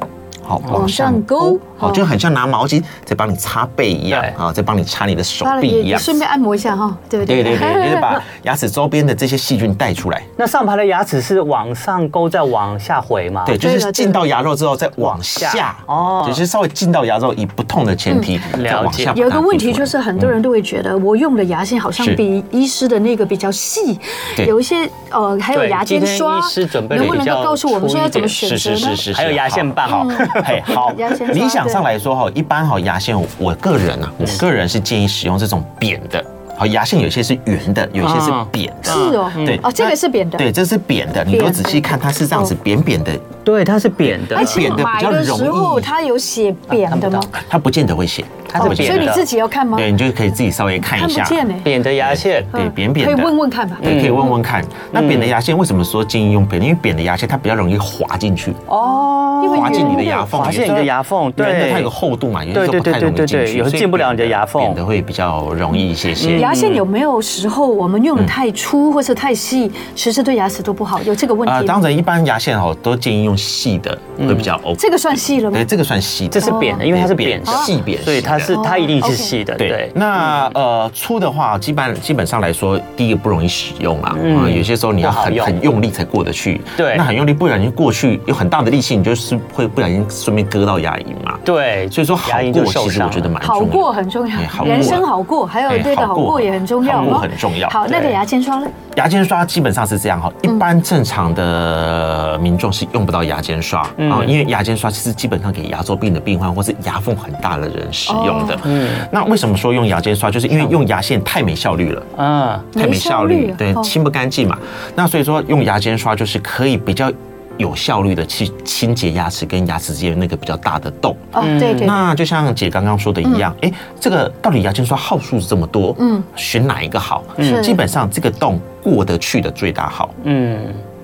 S3: 好，往
S1: 上勾
S3: 好，就很像拿毛巾在帮你擦背一样
S2: 对
S3: 啊，在帮你擦你的手
S1: 发了
S3: 臂
S1: 也
S3: 一
S1: 也
S3: 样。
S1: 顺便按摩一下哈，对不
S3: 对
S1: 对？
S3: 对对，就是把牙齿周边的这些细菌带出来。
S1: 啊
S2: 那上排的牙齿是往上勾，再往下回嘛？
S3: 对，就
S1: 对了
S3: 是进到牙肉之后再往
S2: 往
S3: 下
S2: 下哦嗯
S3: 只是稍微进到牙肉以不痛的前提再
S2: 了
S3: 往
S2: 解
S3: 下把它剔出来。嗯
S1: 有一个问题就是，很多人都会觉得我用的牙线好像
S3: 是
S1: 比医师的那个比较细，
S3: 对
S1: 有一些呃，还有
S2: 对
S1: 牙尖
S2: 今天
S1: 刷
S2: 医师准，备得
S1: 能不
S2: 比
S1: 能
S2: 较
S1: 够告诉我们说要怎么
S2: 粗
S1: 选
S3: 是
S1: 择
S3: 是
S1: 呢
S3: 是？是，
S2: 还有牙线棒哦
S3: 好， 好 嘿，好
S1: 牙线。棒
S3: 理想上来说哈，一般哈牙线，我个人啊，我
S2: 嗯
S3: 个人是建议使用这种扁的。好，牙线有些是圆的，有些是
S2: 嗯
S3: 扁的。
S1: 是哦，
S3: 对
S1: 哦，这个是扁的，
S3: 对，这是扁的，你
S1: 扁
S3: 都
S1: 的
S3: 仔细看，它是这样子扁扁的，
S2: 对，它是扁的
S1: 而，且
S3: 扁的
S1: 买
S3: 比较
S1: 的时候
S3: 容易
S1: 它有写扁的吗？哦
S3: 它不见得会写，
S2: 它是
S1: 所
S2: 扁
S1: 以你
S2: 的
S1: 自己要看吗？
S3: 对，你就可以自己稍微看
S1: 看
S3: 一
S1: 不
S3: 下。
S1: 见呢，欸
S2: 扁的牙线。
S3: 对，扁扁
S1: 可以
S3: 的。
S1: 问问看吧。
S3: 对，可以问问看。
S2: 嗯
S3: 那扁的牙线为什么说建议用扁的？因为扁的牙线它比较容易滑进去，
S2: 哦，
S1: 因为
S3: 滑进你的牙缝，
S2: 滑进你的牙缝对
S3: 圆的它有个厚度嘛，有些时候不太容易
S2: 对对对对
S3: 进
S2: 对
S3: 去，
S2: 有时候
S3: 所以
S2: 进不了你的牙缝嗯
S3: 扁的会比较容易一些些。
S1: 牙线有没有时候我们
S3: 嗯
S1: 用的太粗或是太细，其实对牙齿都不好，有这个问
S3: 啊、
S1: 题吗？
S3: 当然，一般牙线哦，都建议用用细的会比较 OK。
S1: 这个算细了吗
S3: 对，？这个算细
S2: 嗯
S3: 的，哦
S2: 这是扁的，因为它是扁的，
S3: 细扁型的，
S2: 所以它是它一定
S1: 哦
S2: 是
S1: ，OK
S2: 细的，
S3: 对
S2: 对，。
S3: 那呃粗的话，基本基本上来说，第一个不容易使用啦，
S2: 嗯
S3: 嗯，有些时候你要
S2: 不好
S3: 很
S2: 用
S3: 很用力才过得去，
S2: 对
S3: 那很用力，不小心过去有很大的力气，你就是会不小心顺便割到牙龈嘛，
S2: 对，
S3: 所以说好
S2: 牙龈
S3: 过
S2: 就
S3: 其
S2: 受
S3: 实
S2: 伤
S3: 我
S2: 了
S3: 觉得蛮重
S1: 好
S3: 要的
S1: 过很重
S3: 哎
S1: 要，
S3: 好过
S1: 人生好过，还有
S3: 哎
S1: 这个
S3: 好
S1: 好
S3: 过
S1: 过也很重要
S3: 好过
S1: 哦
S3: 很重要
S1: 好，那个
S2: 对
S1: 牙间刷呢？
S3: 牙尖刷基本上是这样哈，一般正常的民众是用不到牙尖刷啊、因为牙尖刷是基本上给牙周病的病患或是牙缝很大的人使用的。嗯，那为什么说用牙尖刷？就是因为用牙线太没效率了，
S2: 嗯，
S3: 太没效
S1: 没效率
S3: 率
S1: 啊，
S3: 对，
S1: 哦
S3: 清不干净嘛。那所以说用牙尖刷就是可以比较有效率的去清洁牙齿跟牙齿之间那个比较大的洞。
S1: 哦，
S2: 嗯
S1: 对对，
S3: 那就像姐刚刚说的一样，哎、这个到底牙间刷号数这么多，嗯，选哪一个好？
S1: 是
S3: 基本上这个洞过得去的最大好。
S2: 嗯，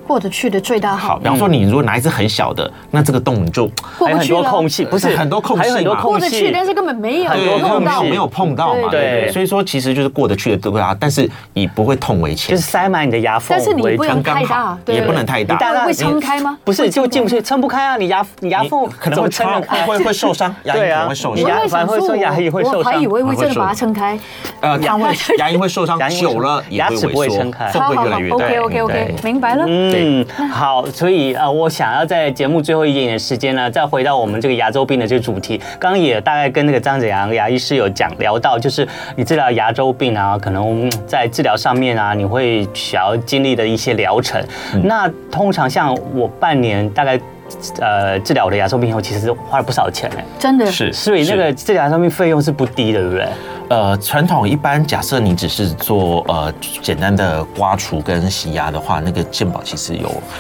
S1: 过得去的最大
S3: 好，
S1: 好，
S3: 比方说你如果拿一只很小的，那这个洞你就
S1: 过
S2: 还
S1: 不
S2: 有很
S1: 去
S2: 多
S1: 了
S2: 空。隙，不是
S3: 很多空隙
S2: 还有很多
S3: 嘛
S1: 过
S2: 空
S1: 得
S2: 隙
S1: 去，，但是根本没有
S2: 很多
S1: 碰
S2: 空
S1: 到
S2: 隙，
S3: 没有碰到嘛，
S1: 对
S3: 对不对？
S2: 对
S3: 所以说其实就是过得去的对啊，但是以不会痛为前
S2: 就是。塞满你的牙缝
S1: 但
S2: 为主，
S1: 是你不用
S3: 刚刚
S1: 太大
S3: 好，
S1: 对
S3: 也不能太大
S2: 你大大
S1: 会撑开吗？
S2: 不是
S1: 会
S2: 就
S1: 撑
S2: 进不
S1: 开吗。
S2: 去，撑不开啊！你牙你牙缝
S3: 可能
S2: 怎么
S3: 会
S2: 撑
S3: 撑
S2: 得开？啊
S3: 会会受伤，牙龈可
S2: 对啊
S3: 能会受
S2: 你
S1: 我
S3: 伤
S2: 牙。
S1: 会想
S2: 反而会
S1: 说
S2: 说牙龈会
S1: 我
S2: 受
S1: 我还
S2: 伤
S1: 以为会
S3: 会
S1: 真的
S3: 受
S1: 把它
S3: 伤
S1: 撑开，
S3: 呃，它会牙龈会受伤
S2: 牙，龈会
S3: 久了也
S2: 牙
S3: 会
S2: 齿不会
S3: 萎缩
S2: 撑开，
S3: 缝会越来越大。
S1: OK OK
S3: 对
S1: OK，明白了。
S2: 嗯，好，所以呃，我想要在节目最后一点点时间呢，再回到我们这个牙周病的这个主题。刚刚也大概跟那个张子阳牙医师有讲聊到，就是你治疗牙周病啊，可能嗯在治疗上面啊，你会想要经历的一些疗程。
S3: 嗯
S2: 那通常像我半年大概。呃，治疗我的牙周病以后，其实花了不少钱哎，
S1: 真的
S3: 是，
S2: 所以那
S3: 是
S2: 个治疗牙周病费用是不低的，对不对？
S3: 呃，传统一般假设你只是做呃简单的刮除跟洗牙的话，那个健保其实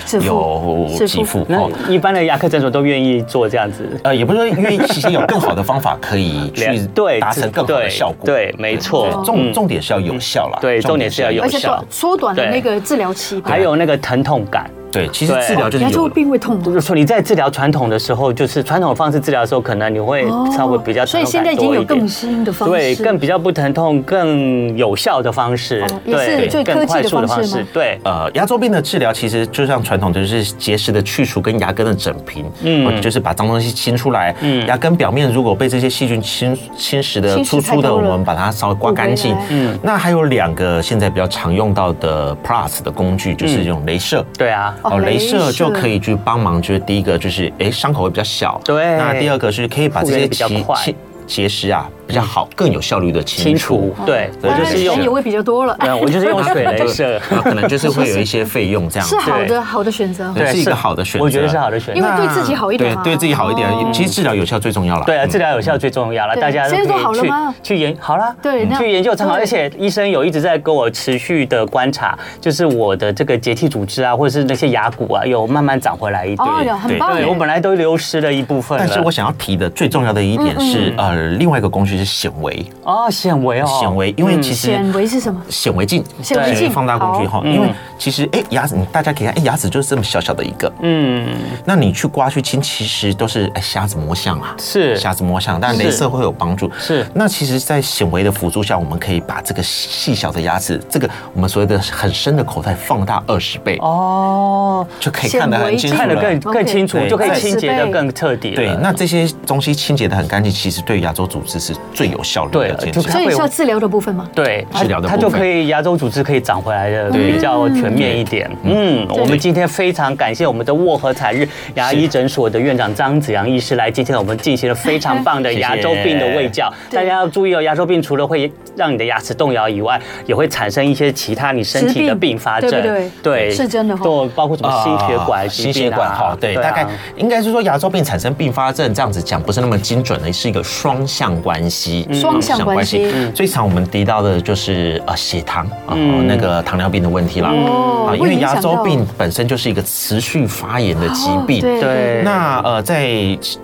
S1: 自
S3: 有
S1: 付
S3: 有
S1: 自
S3: 给付
S1: 付
S3: 哦。
S2: 那一般的牙科诊所都愿意做这样子。
S3: 呃，也不是说，因为其实有更好的方法可以去
S2: 对
S3: 达成更好的
S2: 对
S3: 效果。
S2: 对没错嗯
S3: 对重重点是要有效啦。
S2: 对重点是要有
S1: 而且
S2: 效
S1: 缩缩短了
S2: 对
S1: 那个治疗期吧。
S2: 还有那个疼痛感，
S3: 对，其实
S2: 对
S3: 治疗就是
S1: 牙周
S3: 有的。
S1: 病会痛吗
S2: 就？是说你在治疗传统的时候，就是传统的方式治疗的时候，可能你会哎稍微比较
S1: 哦所
S2: 疼
S1: 以
S2: 痛
S1: 现
S2: 感
S1: 在已经
S2: 多
S1: 有
S2: 一点
S1: 更新的方式，
S2: 对更比较不疼痛、更有效的方式
S1: 哦，也是
S2: 对，
S1: 最科技的
S2: 更快速的
S1: 方
S2: 方
S1: 式
S2: 式
S1: 吗，
S2: 对。
S3: 呃，牙周病的治疗其实就像传统的，就是结石的去除跟牙根的整平，
S2: 嗯
S3: 嗯，就是把脏东西清出来。
S2: 嗯
S3: 牙根表面如果被这些细菌侵侵蚀的
S1: 侵
S3: 粗
S1: 蚀太
S3: 粗的，
S1: 多
S3: 我
S1: 了
S3: 们把它稍微刮
S1: 补回
S3: 干净
S1: 来。
S3: 嗯，那还有两个现在比较常用到的 Plus 的工具，就是用镭射。
S2: 对啊，
S1: 哦
S3: 哦，
S1: 镭
S3: 镭
S1: 射
S3: 射就可以去帮忙，就是第一个就是哎伤口会比较小，
S2: 对
S3: 那第二个是可以把这
S2: 复
S3: 些
S2: 原比较
S3: 结
S2: 快
S3: 结结石啊比较好，更有效率的清
S2: 清
S3: 除
S2: 除。，
S1: 嗯
S2: 对，我
S1: 当
S2: 就
S1: 然
S2: 是
S1: 钱也
S2: 用，
S1: 会比较多了，
S2: 嗯，我就是用水
S3: 对
S2: 镭射， 啊
S3: 那可能就是会有一些费用这样子
S1: 是。好
S2: 对
S1: 的好的选择。
S3: 对是一个好的选择
S2: 我觉得是好的选
S1: 因为
S2: 择。
S1: 对自己好一点嘛
S3: 对，对自己好一点
S1: 哦。
S3: 其实治疗有效最重要了。
S2: 对啊，
S3: 嗯
S2: 治疗有效最重要了，
S1: 对
S2: 大家都
S1: 现在都好
S2: 可以
S1: 了
S2: 去
S1: 吗
S2: 去研好了，
S1: 对那
S2: 去研究参考。
S1: 对
S2: 而且医生有一直在跟我持续的观察，就是我的这个结缔组织啊，或者是那些牙骨啊，有慢慢长回来一点。
S1: 哦，有很棒耶
S2: 对，我本来都流失了一部分了。
S3: 但是我想要提的最重要的一
S1: 嗯
S3: 点是，呃，另外一个工具是显微，
S2: 哦，显微哦，
S3: 显微，因为其
S1: 嗯
S3: 实
S1: 显微是什么？
S3: 显微镜，
S1: 显微镜
S3: 对放大工具
S1: 好
S3: 哈，因为其实哎牙齿，你大家可以看，哎牙齿就是这么小小的一个，
S2: 嗯，
S3: 那你去刮去清，其实都是哎瞎子摸象啊，
S2: 是
S3: 瞎子摸象，但镭射会有帮助。
S2: 是
S3: 那其实，在显微的辅助下，我们可以把这个细小的牙齿，这个我们所谓的很深的口袋放大二十倍，
S2: 哦，
S3: 就可以看得
S1: 显微镜
S3: 很清楚
S2: 看得
S3: 了。
S2: 更
S1: OK
S2: 更清楚，
S3: 对
S2: 就可以清洁的更彻底了。
S3: 对，那这些东西清洁的很干净，其实对牙周组织是最有效率
S2: 对
S3: 的
S2: 就
S3: 清洁
S2: 是。
S1: 所以是要治疗的部分嘛。
S2: 对它
S3: 治疗的
S2: 它
S3: 部
S2: 就
S3: 分
S2: 可以牙周组织可以长回来的
S3: 对
S2: 比较全面一点。嗯，我们
S3: 对
S2: 今天非常感谢我们的沃和彩日牙医诊所的院长张子阳医师来，今天我们进行了非常棒的
S3: 谢谢
S2: 牙周病的卫教。
S1: 对
S2: 大家要注意哦，牙周病除了会让你的牙齿动摇以外，也会产生一些其他你身体的
S1: 疾病
S2: 并发症，
S1: 对不对是真的哦
S2: 对，包括什么心血管
S3: 啊
S2: 疾
S3: 心
S2: 病
S3: 血
S2: 啊
S3: 管哈，对，
S2: 啊
S3: 大概应该是说牙周病产生并发症这样子讲不是那么精准的，是一个双向关系，
S2: 嗯
S1: 双向关系
S3: 最常我们提到的就是呃血糖啊
S2: 嗯
S3: 那个糖尿病的问题啦，
S1: 哦
S3: 啊因
S1: 我已
S3: 为
S1: 经
S3: 牙
S1: 想到
S3: 周
S1: 了
S3: 病本身就是一个持续发炎的疾
S1: 哦
S3: 病，
S1: 对
S2: 对
S3: 那呃，在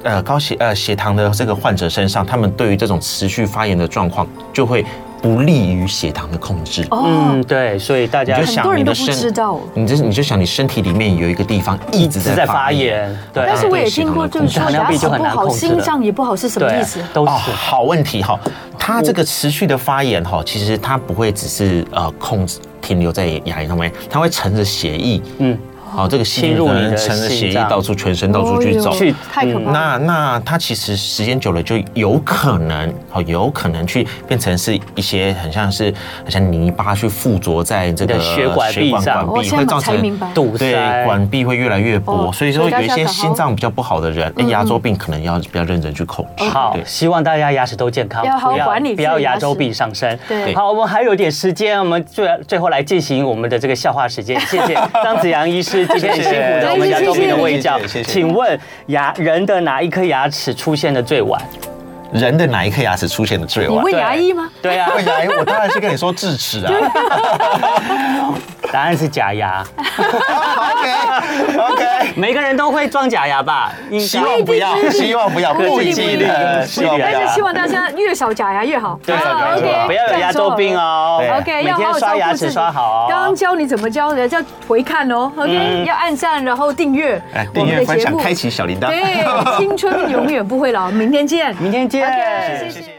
S3: 呃高血呃血糖的这个患者身上，他们对于这种持续发炎的状况，就会不利于血糖的控制。
S1: 哦
S2: 嗯，，对，所以大家
S3: 你就
S1: 很多
S3: 想
S1: 人
S3: 你
S1: 都
S3: 的
S1: 不知
S3: 身
S1: 道，
S3: 你就你就想你身体里面有一个地方一直
S2: 是
S3: 在
S2: 在
S3: 发
S2: 发
S3: 炎。
S2: 炎，对。
S1: 但是我也
S3: 对血
S1: 听
S3: 糖
S1: 过，
S3: 的
S1: 就是
S3: 控制
S1: 说
S2: 糖尿
S1: 牙
S2: 病
S1: 齿
S2: 就很
S1: 不
S2: 难
S1: 好，
S2: 控制
S1: 心
S2: 了
S1: 脏也不好，是什么
S2: 对
S1: 意思？
S2: 都
S3: 哦，
S2: 是。
S3: 好问题哈、它这个持续的发炎哈、其实它不会只是呃控制停留在牙龈上面，它会乘着血液，
S2: 嗯
S3: 嗯，好，这个细
S2: 侵
S3: 菌
S2: 入
S3: 可
S2: 你
S3: 能
S2: 的
S3: 趁着
S2: 心
S3: 血液
S2: 脏
S3: 到处全身到处去走
S1: 哦。
S2: 去嗯
S1: 呦太可怕了。
S3: 那那它其实时间久了就有可能，好有可能去变成是一些很像是很像泥巴去附着在这个
S2: 你的血管壁上
S3: 管
S1: 我
S3: 壁
S1: 哦现
S3: 会
S1: 在
S3: 造
S1: 才
S3: 成
S1: 明白
S2: 堵
S3: 对
S2: 塞
S3: 管壁会越来越薄，
S1: 哦
S3: 所以
S1: 所
S3: 说
S1: 以大
S3: 有一
S1: 家
S3: 些
S1: 要好好
S3: 心脏比较不好的人，
S1: 嗯
S3: 哎牙周病可能要比较认真去控
S1: 哦
S3: 制。
S2: 好
S3: 对，
S2: 希望大家牙齿都健康，
S1: 哎要好好
S2: 不要
S1: 管理自己
S2: 不要
S1: 的牙
S2: 牙周
S1: 齿
S2: 病上升。
S1: 对
S2: 好，我们还有点时间，我们最最后来进行我们的这个笑话时 间。谢谢张子阳医师今天很辛苦
S3: 谢
S2: 的
S3: 谢
S2: 我们牙周病的卫教
S3: 谢谢谢。谢
S2: 请问牙人的哪一颗牙齿出现的最晚？
S3: 人的哪一颗牙齿出现的最
S1: 你
S3: 晚？
S1: 问
S2: 对
S1: 牙医吗？
S2: 对啊，
S3: 问牙医，我当然是跟你说智齿啊。
S2: 答案是假牙。
S3: OK OK，
S2: 每个人都会装假牙吧？应该
S3: 希望不要，希望不要，
S1: 不一定不一定
S3: 呃希望不
S2: 对
S3: 要
S2: 啊
S1: 但是希望大家越少假牙越好。
S2: 对
S1: 啊
S3: 少假牙越好
S1: OK，
S2: 不要有牙周病哦。
S3: 对
S1: OK，
S2: 每
S1: 要好
S2: 天
S1: 好
S2: 刷
S1: 照
S2: 牙
S1: 顾
S2: 齿
S1: 自己。
S2: 刷好哦。嗯
S1: 刚刚教你怎么教的，要回看哦。OK，要按赞，然后订阅
S3: 哎，
S1: 我
S3: 订
S1: 们
S3: 阅、
S1: 的
S3: 分
S1: 节
S3: 享、
S1: 目。
S3: 开启小铃铛。
S1: 对，青春永远不会老，明天见。
S2: 明天见
S1: OK，谢谢。
S3: 谢谢